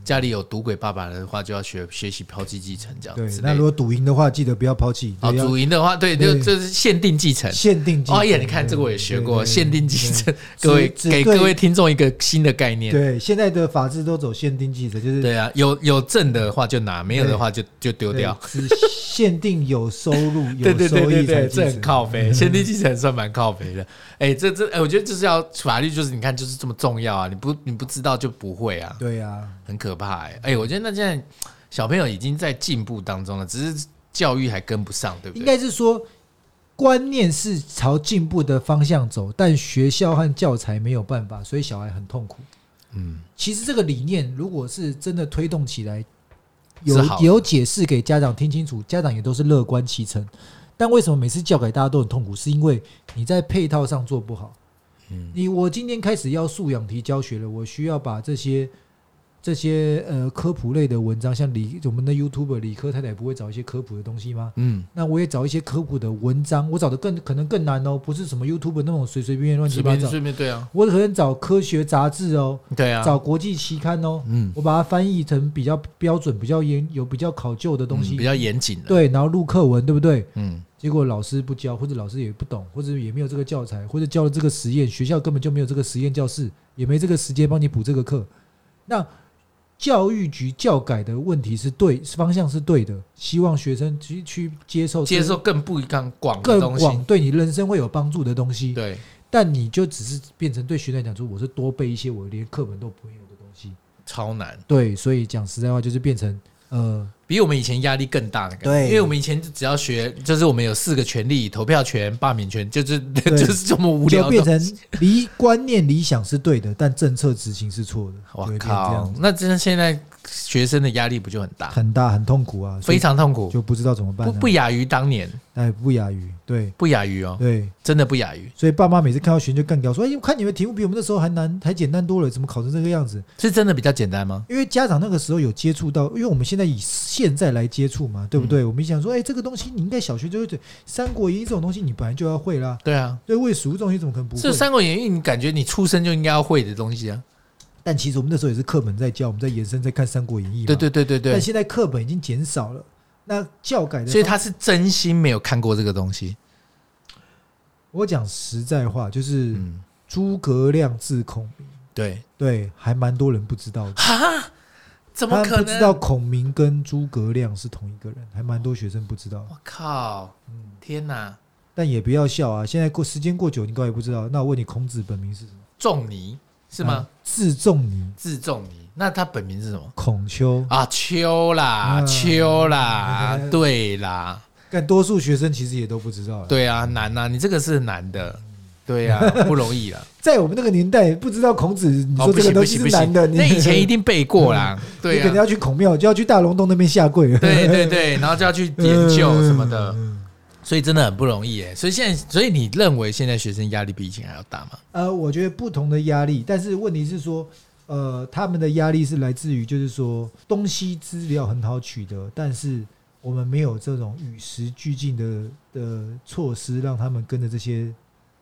[SPEAKER 1] 家里有赌鬼爸爸的话，就要学学习抛弃继承这样
[SPEAKER 2] 对
[SPEAKER 1] 子。，
[SPEAKER 2] 那如果赌赢的话，记得不要抛弃，
[SPEAKER 1] 哦，
[SPEAKER 2] 对要
[SPEAKER 1] 主赢的话，对，就
[SPEAKER 2] 对
[SPEAKER 1] 就是限定继承。
[SPEAKER 2] 限定继承。
[SPEAKER 1] 哦耶，你看这个我也学过，
[SPEAKER 2] 对对对
[SPEAKER 1] 限定继承。
[SPEAKER 2] 对
[SPEAKER 1] 各位
[SPEAKER 2] 只只
[SPEAKER 1] 给
[SPEAKER 2] 对
[SPEAKER 1] 各位听众一个新的概念。
[SPEAKER 2] 对，现在的法制都走限定继承，就是
[SPEAKER 1] 对啊，有有证的话就拿，没有的话就就丢掉。
[SPEAKER 2] 对，只限定有收入、有
[SPEAKER 1] 对对对
[SPEAKER 2] 收
[SPEAKER 1] 对
[SPEAKER 2] 益才
[SPEAKER 1] 对，
[SPEAKER 2] 继
[SPEAKER 1] 这很
[SPEAKER 2] 承。嗯
[SPEAKER 1] 靠背，先定继承算蛮靠背的。哎，这这，哎，我觉得就是要法律，就是你看就是这么重要啊！你不你不知道就不会啊，
[SPEAKER 2] 对啊，
[SPEAKER 1] 很可怕哎、哎，我觉得那现在小朋友已经在进步当中了，只是教育还跟不上，对不
[SPEAKER 2] 应
[SPEAKER 1] 对？
[SPEAKER 2] 该是说观念是朝进步的方向走，但学校和教材没有办法，所以小孩很痛苦。
[SPEAKER 1] 嗯，
[SPEAKER 2] 其实这个理念如果是真的推动起来，
[SPEAKER 1] 是
[SPEAKER 2] 有
[SPEAKER 1] 好的
[SPEAKER 2] 有解释给家长听清楚，家长也都是乐观其成。但为什么每次教改大家都很痛苦？是因为你在配套上做不好。
[SPEAKER 1] 嗯
[SPEAKER 2] 你我今天开始要素养题教学了，我需要把这些这些呃科普类的文章，像理我们的 YouTuber 理科太太不会找一些科普的东西吗？
[SPEAKER 1] 嗯，
[SPEAKER 2] 那我也找一些科普的文章，我找的更可能更难哦，不是什么 YouTuber 那种随随便便乱七
[SPEAKER 1] 随
[SPEAKER 2] 八
[SPEAKER 1] 便
[SPEAKER 2] 糟，
[SPEAKER 1] 随便对啊，
[SPEAKER 2] 我可能找科学杂志哦，
[SPEAKER 1] 对啊，
[SPEAKER 2] 找国际期刊哦，
[SPEAKER 1] 嗯
[SPEAKER 2] 我把它翻译成比较标准、比较严、有比较考究的东
[SPEAKER 1] 嗯
[SPEAKER 2] 西，
[SPEAKER 1] 比较严谨的，
[SPEAKER 2] 对，然后录课文，对不对？
[SPEAKER 1] 嗯
[SPEAKER 2] 结果老师不教，或者老师也不懂，或者也没有这个教材，或者教了这个实验，学校根本就没有这个实验教室，也没这个时间帮你补这个课。那教育局教改的问题是对，方向是对的，希望学生去去接受这
[SPEAKER 1] 接受更不一样广的
[SPEAKER 2] 更
[SPEAKER 1] 东西，
[SPEAKER 2] 广对你人生会有帮助的东西。
[SPEAKER 1] 对，
[SPEAKER 2] 但你就只是变成对学生来讲说，我是多背一些我连课本都不会有的东西。
[SPEAKER 1] 超难。
[SPEAKER 2] 对，所以讲实在话，就是变成呃，
[SPEAKER 1] 比我们以前压力更大的感觉，
[SPEAKER 2] 对
[SPEAKER 1] 因为我们以前就只要学，就是我们有四个权利：投票权、罢免权，就是就是这么无
[SPEAKER 2] 就
[SPEAKER 1] 聊
[SPEAKER 2] 变
[SPEAKER 1] 的。
[SPEAKER 2] 成理观念理想是对的，但政策执行是错的。
[SPEAKER 1] 我
[SPEAKER 2] 就会变这
[SPEAKER 1] 靠
[SPEAKER 2] 样，子
[SPEAKER 1] 那真的现在学生的压力不就很大，
[SPEAKER 2] 很大很痛苦啊，所以
[SPEAKER 1] 非常痛苦，
[SPEAKER 2] 就不知道怎么办、
[SPEAKER 1] 不
[SPEAKER 2] 啊。
[SPEAKER 1] 不亚于当年，
[SPEAKER 2] 哎，不亚于对
[SPEAKER 1] 不亚于哦，
[SPEAKER 2] 对，
[SPEAKER 1] 真的不亚于，
[SPEAKER 2] 所以爸妈每次看到学生就干掉，说：“哎，我看你们题目比我们那时候还难，还简单多了，怎么考成这个样子
[SPEAKER 1] 是真的比较简单吗？”？
[SPEAKER 2] 因为家长那个时候有接触到，因为我们现在以现在来接触嘛，对不对？
[SPEAKER 1] 嗯
[SPEAKER 2] 我们一想说，哎，这个东西你应该小学就会对，《三国演义》这种东西你本来就要会啦。
[SPEAKER 1] 对啊，
[SPEAKER 2] 对，魏蜀这种东西怎么可能不会？
[SPEAKER 1] 这《三国演义》你感觉你出生就应该要会的东西啊，
[SPEAKER 2] 但其实我们那时候也是课本在教，我们在延伸在看《三国演义》嘛。
[SPEAKER 1] 对对对对
[SPEAKER 2] 但
[SPEAKER 1] 对，
[SPEAKER 2] 现在课本已经减少了，那教改的，
[SPEAKER 1] 所以他是真心没有看过这个东西，
[SPEAKER 2] 我讲实在话，就是
[SPEAKER 1] 嗯，
[SPEAKER 2] 诸葛亮字孔明，
[SPEAKER 1] 对，
[SPEAKER 2] 对，还蛮多人不知道的。
[SPEAKER 1] 哈，怎么
[SPEAKER 2] 他
[SPEAKER 1] 可
[SPEAKER 2] 们不知道
[SPEAKER 1] 能？
[SPEAKER 2] 孔明跟诸葛亮是同一个人，还蛮多学生不知道。
[SPEAKER 1] 我靠，
[SPEAKER 2] 嗯，
[SPEAKER 1] 天哪，
[SPEAKER 2] 但也不要笑啊！现在过时间过久，你搞也不知道。那我问你，孔子本名是什么？
[SPEAKER 1] 仲尼是吗？
[SPEAKER 2] 啊？字仲尼，
[SPEAKER 1] 字仲尼，那他本名是什么？
[SPEAKER 2] 孔丘。
[SPEAKER 1] 啊，秋啦，
[SPEAKER 2] 嗯
[SPEAKER 1] 秋 啦
[SPEAKER 2] 嗯，
[SPEAKER 1] 对啦，
[SPEAKER 2] 但多数学生其实也都不知道。，
[SPEAKER 1] 对啊，难啊，你这个是难的，对啊，不容易 啦。
[SPEAKER 2] 在我们那个年代，不知道孔子，你
[SPEAKER 1] 哦，
[SPEAKER 2] 说
[SPEAKER 1] 不
[SPEAKER 2] 这
[SPEAKER 1] 行不
[SPEAKER 2] 个东西
[SPEAKER 1] 行不
[SPEAKER 2] 是难
[SPEAKER 1] 行
[SPEAKER 2] 的。，你
[SPEAKER 1] 那以前一定背过 啦，对
[SPEAKER 2] 你可能
[SPEAKER 1] 啊，
[SPEAKER 2] 要去孔庙，就要去大龙洞那边下 跪了。
[SPEAKER 1] 对对对，然后就要去研究什么的，
[SPEAKER 2] 嗯
[SPEAKER 1] 所以真的很不容易耶。所以现在，所以你认为现在学生压力比以前还要大吗？
[SPEAKER 2] 呃，我觉得不同的压力，但是问题是说，呃，他们的压力是来自于就是说东西资料很好取得，但是我们没有这种与时俱进的的措施，让他们跟着这些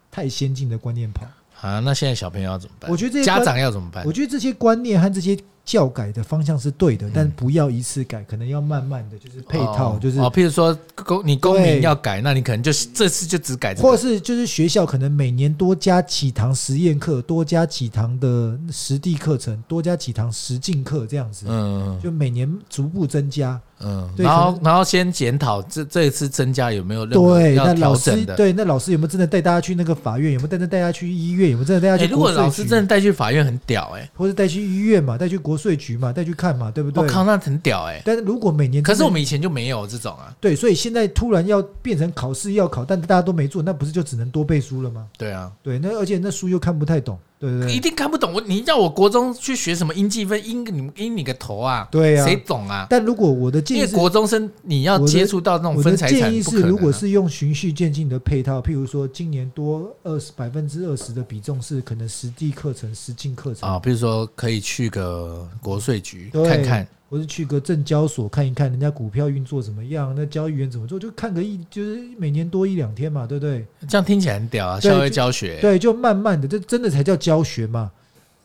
[SPEAKER 2] 太先进的观念跑。
[SPEAKER 1] 啊，那现在小朋友要怎么办
[SPEAKER 2] 我？觉得这些
[SPEAKER 1] 家
[SPEAKER 2] 观，
[SPEAKER 1] 长要怎么办
[SPEAKER 2] 我？觉得这些观念和这些教改的方向是对的，但
[SPEAKER 1] 嗯
[SPEAKER 2] 不要一次改，可能要慢慢的就是配套，
[SPEAKER 1] 哦
[SPEAKER 2] 就是
[SPEAKER 1] 哦，譬如说公你公
[SPEAKER 2] 对
[SPEAKER 1] 民要改，那你可能就是这次就只改这
[SPEAKER 2] 或
[SPEAKER 1] 个，
[SPEAKER 2] 是就是学校可能每年多加几堂实验课，多加几堂的实地课程，多加几堂实境课这样子，
[SPEAKER 1] 嗯
[SPEAKER 2] 就每年逐步增加。
[SPEAKER 1] 嗯，
[SPEAKER 2] 对
[SPEAKER 1] 然后
[SPEAKER 2] 可
[SPEAKER 1] 然后先检讨这这一次增加有没有任何
[SPEAKER 2] 对，
[SPEAKER 1] 要
[SPEAKER 2] 那老
[SPEAKER 1] 调
[SPEAKER 2] 师
[SPEAKER 1] 整的。
[SPEAKER 2] 对那老师有没有真的带大家去那个法院？有没有真的带大家去医院？有没有真的带大
[SPEAKER 1] 哎、
[SPEAKER 2] 家去
[SPEAKER 1] 如果
[SPEAKER 2] 国税局？
[SPEAKER 1] 老师真的带去法院很屌哎、
[SPEAKER 2] 或者带去医院嘛，带去国税局嘛，带去看嘛，对不
[SPEAKER 1] 我
[SPEAKER 2] 对？
[SPEAKER 1] 靠，那很屌哎、
[SPEAKER 2] 但是如果每年
[SPEAKER 1] 哦可是
[SPEAKER 2] 真的
[SPEAKER 1] 我们以前就没有这种啊，
[SPEAKER 2] 对，所以现在突然要变成考试要考，但大家都没做，那不是就只能多背书了吗？
[SPEAKER 1] 对啊，
[SPEAKER 2] 对，那而且那书又看不太懂，对不
[SPEAKER 1] 一
[SPEAKER 2] 对？
[SPEAKER 1] 定看不懂。我你让我国中去学什么阴积分，阴你阴你个头啊！
[SPEAKER 2] 对啊
[SPEAKER 1] 谁懂啊？
[SPEAKER 2] 但如果我的
[SPEAKER 1] 因
[SPEAKER 2] 建
[SPEAKER 1] 为
[SPEAKER 2] 议是，
[SPEAKER 1] 国中生你要
[SPEAKER 2] 我的
[SPEAKER 1] 接触到那种
[SPEAKER 2] 我的
[SPEAKER 1] 分财
[SPEAKER 2] 建
[SPEAKER 1] 产，
[SPEAKER 2] 议
[SPEAKER 1] 不
[SPEAKER 2] 是，
[SPEAKER 1] 可能啊
[SPEAKER 2] 如果是用循序渐进的配套，譬如说今年多二十百分之二十的比重是可能实地课程、实境课程，
[SPEAKER 1] 啊，比如说可以去个国税局
[SPEAKER 2] 对
[SPEAKER 1] 看看，
[SPEAKER 2] 或是去个证交所看一看人家股票运作怎么样，那交易员怎么做，就看个一，就是每年多一两天嘛，对不对？
[SPEAKER 1] 这样听起来很屌啊，
[SPEAKER 2] 对
[SPEAKER 1] 校外
[SPEAKER 2] 就
[SPEAKER 1] 教学、
[SPEAKER 2] 对，就慢慢的，这真的才叫教学嘛。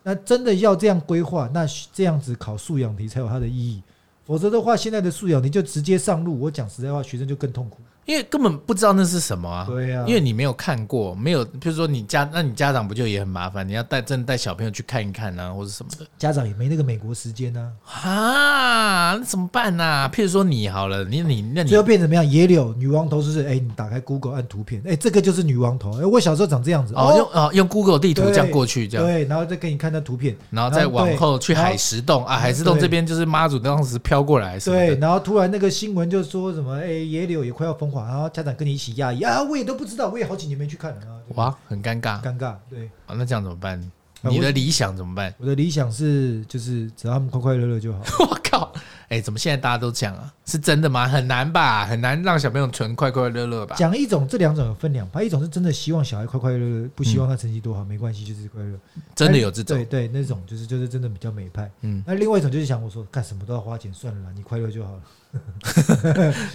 [SPEAKER 2] 那真的要这样规划，那这样子考素养题才有它的意义。否则的话，现在的素养题就直接上路，我讲实在话，学生就更痛苦。
[SPEAKER 1] 因为根本不知道那是什么啊。
[SPEAKER 2] 对呀、
[SPEAKER 1] 因为你没有看过，没有，比如说你家，那你家长不就也很麻烦？你要带真的带小朋友去看一看啊，或者什么的
[SPEAKER 2] 家长也没那个美国时间呢、
[SPEAKER 1] 啊，那怎么办呐、譬如说你好了，你你那你
[SPEAKER 2] 最后变成怎么样？野柳女王头是不是？哎、你打开 Google 按图片，哎、这个就是女王头。哎、我小时候长这样子。
[SPEAKER 1] 哦用哦用 Google 地图
[SPEAKER 2] 对
[SPEAKER 1] 这样过去，这样，
[SPEAKER 2] 对，然后再给你看那图片，
[SPEAKER 1] 然后再往后去海石洞啊，
[SPEAKER 2] 然后
[SPEAKER 1] 海石洞
[SPEAKER 2] 对
[SPEAKER 1] 这边就是妈祖当时飘过来什么
[SPEAKER 2] 对，
[SPEAKER 1] 的，
[SPEAKER 2] 然后突然那个新闻就说什么，哎、野柳也快要疯狂，然后家长跟你一起压抑啊，我也都不知道，我也好几年没去看了啊，就
[SPEAKER 1] 哇，很尴尬。
[SPEAKER 2] 尴尬。对，
[SPEAKER 1] 啊那这样怎么办？
[SPEAKER 2] 啊
[SPEAKER 1] 你
[SPEAKER 2] 我
[SPEAKER 1] 的理想怎么办？
[SPEAKER 2] 我的理想是，就是只要他们快快乐乐就好。
[SPEAKER 1] 我靠！哎、怎么现在大家都这样啊？是真的吗？很难吧，很难让小朋友存快快乐乐吧？
[SPEAKER 2] 讲一种，这两种有分两派，一种是真的希望小孩快快乐乐，不希望他成绩多好，没关系，就是快乐。
[SPEAKER 1] 嗯真的有这
[SPEAKER 2] 对
[SPEAKER 1] 种，
[SPEAKER 2] 对，那种就是就是真的比较美派。
[SPEAKER 1] 嗯，
[SPEAKER 2] 那另外一种就是想我说干什么都要花钱，算了啦，你快乐就好了。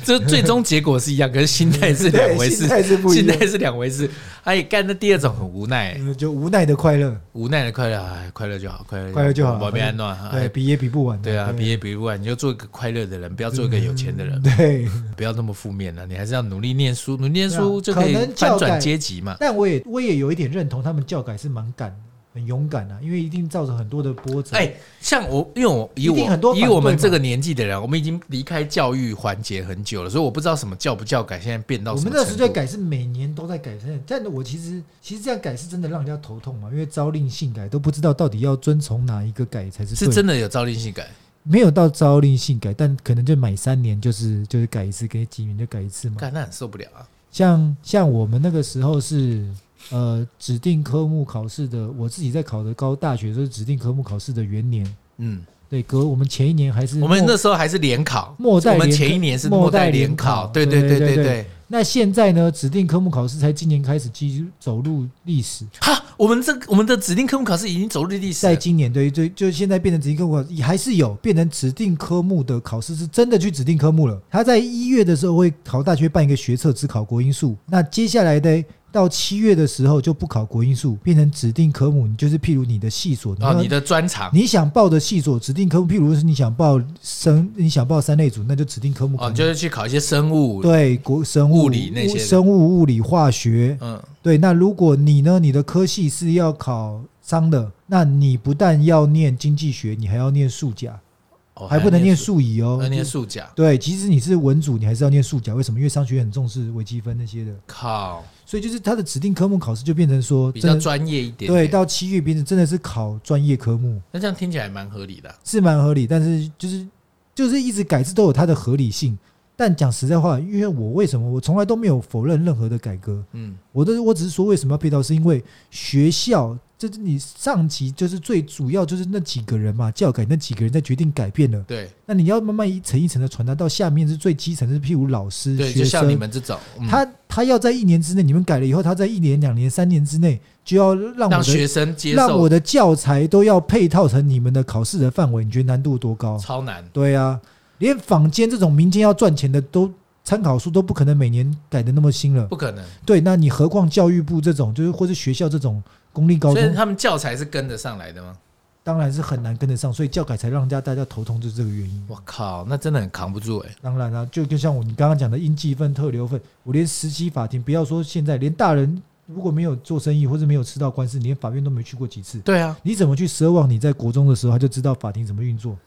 [SPEAKER 1] 这最终结果是一样，可是心态是两回事
[SPEAKER 2] 对心，态是不一
[SPEAKER 1] 心
[SPEAKER 2] 样
[SPEAKER 1] 态，是两回事。哎，干那第二种很无奈、
[SPEAKER 2] 嗯就无奈的快乐，
[SPEAKER 1] 无奈的快乐，哎，快乐就好，快乐
[SPEAKER 2] 快乐就好
[SPEAKER 1] 我被安暖。
[SPEAKER 2] 对
[SPEAKER 1] 哎，
[SPEAKER 2] 比也比不完的。
[SPEAKER 1] 对啊，比也比不完，你就做一个快乐的人，不要做一个
[SPEAKER 2] 嗯
[SPEAKER 1] 有钱的人，
[SPEAKER 2] 对，
[SPEAKER 1] 不要那么负面了、啊你还是要努力念书，努力念
[SPEAKER 2] 对啊
[SPEAKER 1] 书就可以
[SPEAKER 2] 可能
[SPEAKER 1] 翻
[SPEAKER 2] 教
[SPEAKER 1] 转
[SPEAKER 2] 改
[SPEAKER 1] 阶级嘛。
[SPEAKER 2] 但我也我也有一点认同，他们教改是蛮敢的，很勇敢啊，因为一定造成很多的波折。
[SPEAKER 1] 哎、像我，因为我以
[SPEAKER 2] 一定很
[SPEAKER 1] 我
[SPEAKER 2] 多
[SPEAKER 1] 以
[SPEAKER 2] 反对
[SPEAKER 1] 我们
[SPEAKER 2] 嘛
[SPEAKER 1] 这个年纪的人，我们已经离开教育环节很久了，所以我不知道什么教不教改，现在变到
[SPEAKER 2] 我
[SPEAKER 1] 什么
[SPEAKER 2] 们那时
[SPEAKER 1] 程
[SPEAKER 2] 候在
[SPEAKER 1] 度
[SPEAKER 2] 改是每年都在改，真的。但我其实其实这样改是真的让人家头痛嘛，因为朝令夕改都不知道到底要遵从哪一个改才是对
[SPEAKER 1] 是
[SPEAKER 2] 的，
[SPEAKER 1] 真的有朝令夕改，
[SPEAKER 2] 没有到朝令夕改，但可能就每三年就是就是改一次，跟几年就改一次嘛。
[SPEAKER 1] 干那很受不了啊！
[SPEAKER 2] 像像我们那个时候是呃指定科目考试的，我自己在考的高大学的时候是指定科目考试的元年，
[SPEAKER 1] 嗯，
[SPEAKER 2] 对，隔我们前一年还是
[SPEAKER 1] 我们
[SPEAKER 2] 末
[SPEAKER 1] 那时候还是联考，
[SPEAKER 2] 末代
[SPEAKER 1] 我们
[SPEAKER 2] 联
[SPEAKER 1] 前
[SPEAKER 2] 考
[SPEAKER 1] 一年是
[SPEAKER 2] 末
[SPEAKER 1] 末
[SPEAKER 2] 代
[SPEAKER 1] 代
[SPEAKER 2] 联
[SPEAKER 1] 联考，
[SPEAKER 2] 考
[SPEAKER 1] 对
[SPEAKER 2] 对
[SPEAKER 1] 对
[SPEAKER 2] 对
[SPEAKER 1] 对
[SPEAKER 2] 对
[SPEAKER 1] 对。
[SPEAKER 2] 那现在呢，指定科目考试才今年开始进入走入历史。
[SPEAKER 1] 哈，我们这我们的指定科目考试已经走入历史
[SPEAKER 2] 在
[SPEAKER 1] 了，啊
[SPEAKER 2] 今年对，就就现在变成指定科目考试，还是有变成指定科目的考试，是真的去指定科目了。他在一月的时候会考大学办一个学测，只考国英数。那接下来的到七月的时候就不考国英数，变成指定科目。你就是譬如你的系所，
[SPEAKER 1] 哦，
[SPEAKER 2] 要
[SPEAKER 1] 你的专长，
[SPEAKER 2] 你想报的系所指定科目，譬如是你想报生，你想报三类组，那就指定科目考
[SPEAKER 1] 哦，
[SPEAKER 2] 你。
[SPEAKER 1] 就是去考一些生物，
[SPEAKER 2] 对国生
[SPEAKER 1] 物
[SPEAKER 2] 物、
[SPEAKER 1] 理那些的
[SPEAKER 2] 生物、物理、化学，
[SPEAKER 1] 嗯，
[SPEAKER 2] 对，那如果你呢，你的科系是要考商的，那你不但要念经济学，你还要念数甲，
[SPEAKER 1] 哦
[SPEAKER 2] 还不能念
[SPEAKER 1] 念，
[SPEAKER 2] 数乙哦
[SPEAKER 1] 还。要念数甲，
[SPEAKER 2] 对，即使你是文组，你还是要念数甲。为什么？因为商学院很重视微积分那些的，
[SPEAKER 1] 靠，
[SPEAKER 2] 所以就是它的指定科目考试就变成说，
[SPEAKER 1] 比较
[SPEAKER 2] 真的
[SPEAKER 1] 专业一点，
[SPEAKER 2] 对，，到七月变成真的是考专业科目，
[SPEAKER 1] 那这样听起来蛮合理的啊。
[SPEAKER 2] 是蛮合理，但是就是就是一直改制都有它的合理性。但讲实在话，因为我为什么我从来都没有否认任何的改革，
[SPEAKER 1] 嗯，
[SPEAKER 2] 我的我只是说为什么要配套，是因为学校就是你上级就是最主要就是那几个人嘛，教改那几个人在决定改变了，
[SPEAKER 1] 对
[SPEAKER 2] 那你要慢慢一层一层的传达到下面是最基层，是譬如老师、
[SPEAKER 1] 对，就
[SPEAKER 2] 学
[SPEAKER 1] 像你
[SPEAKER 2] 生，
[SPEAKER 1] 们这种，嗯
[SPEAKER 2] 他他要在一年之内，你们改了以后，他在一年、两年、三年之内就要
[SPEAKER 1] 让
[SPEAKER 2] 让我的
[SPEAKER 1] 学生接
[SPEAKER 2] 让
[SPEAKER 1] 受
[SPEAKER 2] 我的教材都要配套成你们的考试的范围，你觉得难度多高？
[SPEAKER 1] 超难，
[SPEAKER 2] 对啊，连坊间这种民间要赚钱的都参考书都不可能每年改的那么新了。
[SPEAKER 1] 不可能。
[SPEAKER 2] 对，那你何况教育部这种，就是或是学校这种公立高
[SPEAKER 1] 所以
[SPEAKER 2] 中，
[SPEAKER 1] 他们教材是跟得上来的吗？
[SPEAKER 2] 当然是很难跟得上，所以教改才让人家大家头痛，就是这个原因。
[SPEAKER 1] 我靠，那真的很扛不住哎、
[SPEAKER 2] 当然啦、就就像我你刚刚讲的应计分、特留分，我连实习法庭，不要说现在，连大人如果没有做生意或者没有吃到官司，连法院都没去过几次，
[SPEAKER 1] 对啊，
[SPEAKER 2] 你怎么去奢望你在国中的时候他就知道法庭怎么运作？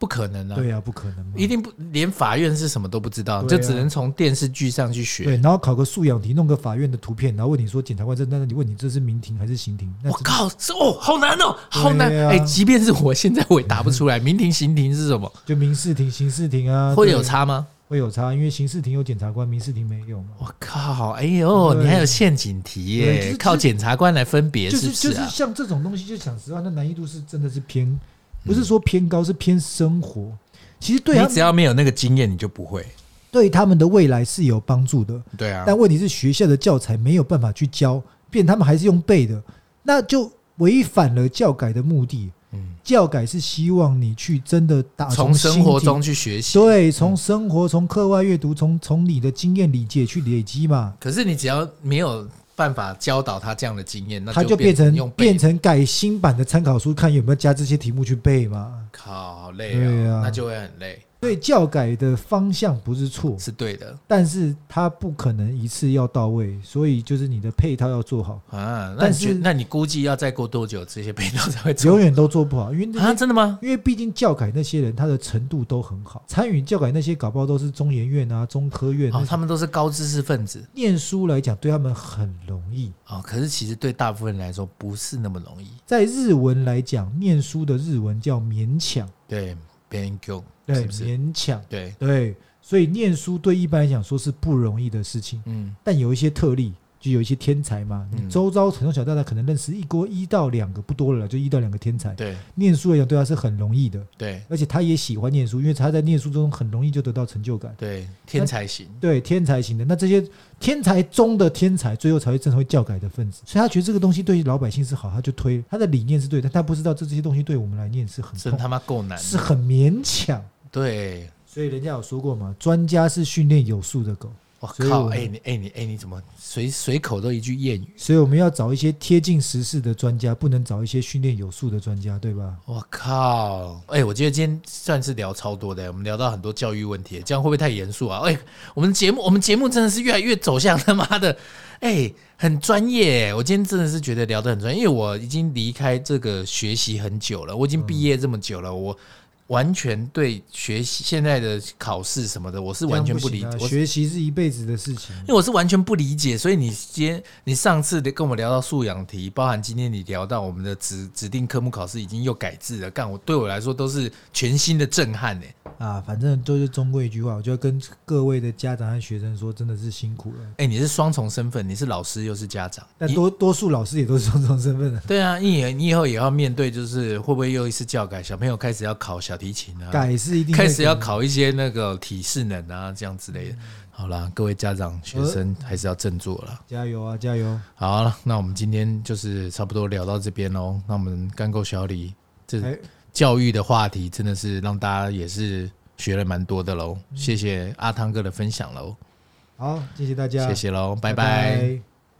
[SPEAKER 1] 不可能啊，
[SPEAKER 2] 对啊，不可能嘛。
[SPEAKER 1] 一定不连法院是什么都不知道，
[SPEAKER 2] 对
[SPEAKER 1] 就
[SPEAKER 2] 啊
[SPEAKER 1] 只能从电视剧上去学
[SPEAKER 2] 对，。然后考个素养题，弄个法院的图片，然后问你说检察官这，那你问你这是民庭还是刑庭？那
[SPEAKER 1] 我
[SPEAKER 2] 只
[SPEAKER 1] 靠，这哦，好难哦，好难！
[SPEAKER 2] 对啊
[SPEAKER 1] 哎、即便是我现在我也答不出来，民庭、刑庭是什么？
[SPEAKER 2] 就民事庭、刑事庭啊，
[SPEAKER 1] 会
[SPEAKER 2] 对
[SPEAKER 1] 有差吗？
[SPEAKER 2] 会有差，因为刑事庭有检察官，民事庭没有嘛。
[SPEAKER 1] 我靠，哎呦，
[SPEAKER 2] 对
[SPEAKER 1] 你还有陷阱题
[SPEAKER 2] 对就
[SPEAKER 1] 耶
[SPEAKER 2] 是，
[SPEAKER 1] 靠检察官来分别
[SPEAKER 2] 就是
[SPEAKER 1] 不
[SPEAKER 2] 就是是
[SPEAKER 1] 啊？
[SPEAKER 2] 像这种东西，就讲实话，那难易度是真的是偏，不是说偏高，是偏生活。其实对啊
[SPEAKER 1] 嗯
[SPEAKER 2] 他
[SPEAKER 1] 你
[SPEAKER 2] 们
[SPEAKER 1] 只要没有那个经验，你就不会。
[SPEAKER 2] 对他们的未来是有帮助的，
[SPEAKER 1] 对啊，
[SPEAKER 2] 但问题是学校的教材没有办法去教，变他们还是用背的，那就违反了教改的目的。
[SPEAKER 1] 嗯，
[SPEAKER 2] 教改是希望你去真的打
[SPEAKER 1] 从生活
[SPEAKER 2] 心底
[SPEAKER 1] 中去学习。
[SPEAKER 2] 对，啊从生活、从课外阅读、从从你的经验理解去累积嘛，
[SPEAKER 1] 可是你只要没有办法教导他这样的经验，那
[SPEAKER 2] 它就
[SPEAKER 1] 变
[SPEAKER 2] 变成
[SPEAKER 1] 用背
[SPEAKER 2] 变成改新版的参考书，看有没有加这些题目去背嘛。
[SPEAKER 1] 靠，好累
[SPEAKER 2] 对
[SPEAKER 1] 哦，
[SPEAKER 2] 啊
[SPEAKER 1] 那就会很累，
[SPEAKER 2] 对，教改的方向不是错，
[SPEAKER 1] 是对的
[SPEAKER 2] 但是它不可能一次要到位，所以就是你的配套要做好，
[SPEAKER 1] 啊。那
[SPEAKER 2] 但
[SPEAKER 1] 你
[SPEAKER 2] 是
[SPEAKER 1] 觉那你估计要再过多久这些配套才会出
[SPEAKER 2] 永远都做不好，因为那
[SPEAKER 1] 啊？
[SPEAKER 2] 些
[SPEAKER 1] 真的吗？
[SPEAKER 2] 因为毕竟教改那些人，他的程度都很好，参与教改那些搞不好都是中研院啊、中科院那
[SPEAKER 1] 哦，
[SPEAKER 2] 些
[SPEAKER 1] 他们都是高知识分子
[SPEAKER 2] 念书来讲，对他们很容易。
[SPEAKER 1] 哦，可是其实对大部分人来说不是那么容易。
[SPEAKER 2] 在日文来讲，念书的日文叫勉强，
[SPEAKER 1] 对，别人用
[SPEAKER 2] 对，
[SPEAKER 1] 是不是？
[SPEAKER 2] 勉强，
[SPEAKER 1] 对，
[SPEAKER 2] 对，所以念书对一般来讲说是不容易的事情，
[SPEAKER 1] 嗯
[SPEAKER 2] 但有一些特例，就有一些天才嘛，
[SPEAKER 1] 嗯
[SPEAKER 2] 你周遭从小到大可能认识一锅一到两个，不多了啦，就一到两个天才，。
[SPEAKER 1] 对
[SPEAKER 2] 念书来讲对他是很容易的，
[SPEAKER 1] 对
[SPEAKER 2] 而且他也喜欢念书，因为他在念书中很容易就得到成就感。
[SPEAKER 1] 对，天才型。
[SPEAKER 2] 对天才型的，那这些天才中的天才，最后才会成为教改的分子。所以他觉得这个东西对老百姓是好，他就推他的理念是对的，但他不知道这些东西对我们来念是很
[SPEAKER 1] 真
[SPEAKER 2] 痛
[SPEAKER 1] 他妈够难的，
[SPEAKER 2] 嗯是很勉强。
[SPEAKER 1] 对，
[SPEAKER 2] 所以人家有说过嘛，专家是训练有素的狗，
[SPEAKER 1] 我
[SPEAKER 2] 所以
[SPEAKER 1] 靠，
[SPEAKER 2] 我
[SPEAKER 1] 哎、你哎、你哎、你怎么随随口都一句谚语？
[SPEAKER 2] 所以我们要找一些贴近时事的专家，不能找一些训练有素的专家，对吧？
[SPEAKER 1] 我靠！哎、我觉得今天算是聊超多的、我们聊到很多教育问题，这样会不会太严肃啊？哎、我们节目，我们节目真的是越来越走向他妈的，哎、很专业、欸我今天真的是觉得聊得很专业，因为我已经离开这个学习很久了，我已经
[SPEAKER 2] 嗯
[SPEAKER 1] 毕业这么久了，我完全对学习现在的考试什么的，我是完全不理
[SPEAKER 2] 这
[SPEAKER 1] 解，
[SPEAKER 2] 样
[SPEAKER 1] 我
[SPEAKER 2] 行
[SPEAKER 1] 是
[SPEAKER 2] 啊学习是一辈子的事情
[SPEAKER 1] 因。为我是完全不理解，所以你今天你上次跟我聊到素养题，包含今天你聊到我们的指指定科目考试已经又改制了，干我对我来说都是全新的震撼呢、欸
[SPEAKER 2] 啊，反正就是中规一句话，我就要跟各位的家长和学生说，真的是辛苦了。
[SPEAKER 1] 哎、你是双重身份，你是老师又是家长，
[SPEAKER 2] 但
[SPEAKER 1] 你
[SPEAKER 2] 多多数老师也都是双重身份的，
[SPEAKER 1] 对啊，你以你以后也要面对，就是会不会又一次教改，小朋友开始要考小提琴啊，
[SPEAKER 2] 改是一定会嗯
[SPEAKER 1] 开始要
[SPEAKER 2] 改
[SPEAKER 1] 考一些那个体适能啊，这样之类的。好啦，各位家长学生还是要振作了。
[SPEAKER 2] 加油啊，加油！
[SPEAKER 1] 好了，那我们今天就是差不多聊到这边喽。那我们干够小李，这
[SPEAKER 2] 哎，
[SPEAKER 1] 教育的话题真的是让大家也是学了蛮多的喽。谢谢阿汤哥的分享喽，
[SPEAKER 2] 好，谢谢大家，
[SPEAKER 1] 谢谢喽，拜拜
[SPEAKER 2] 拜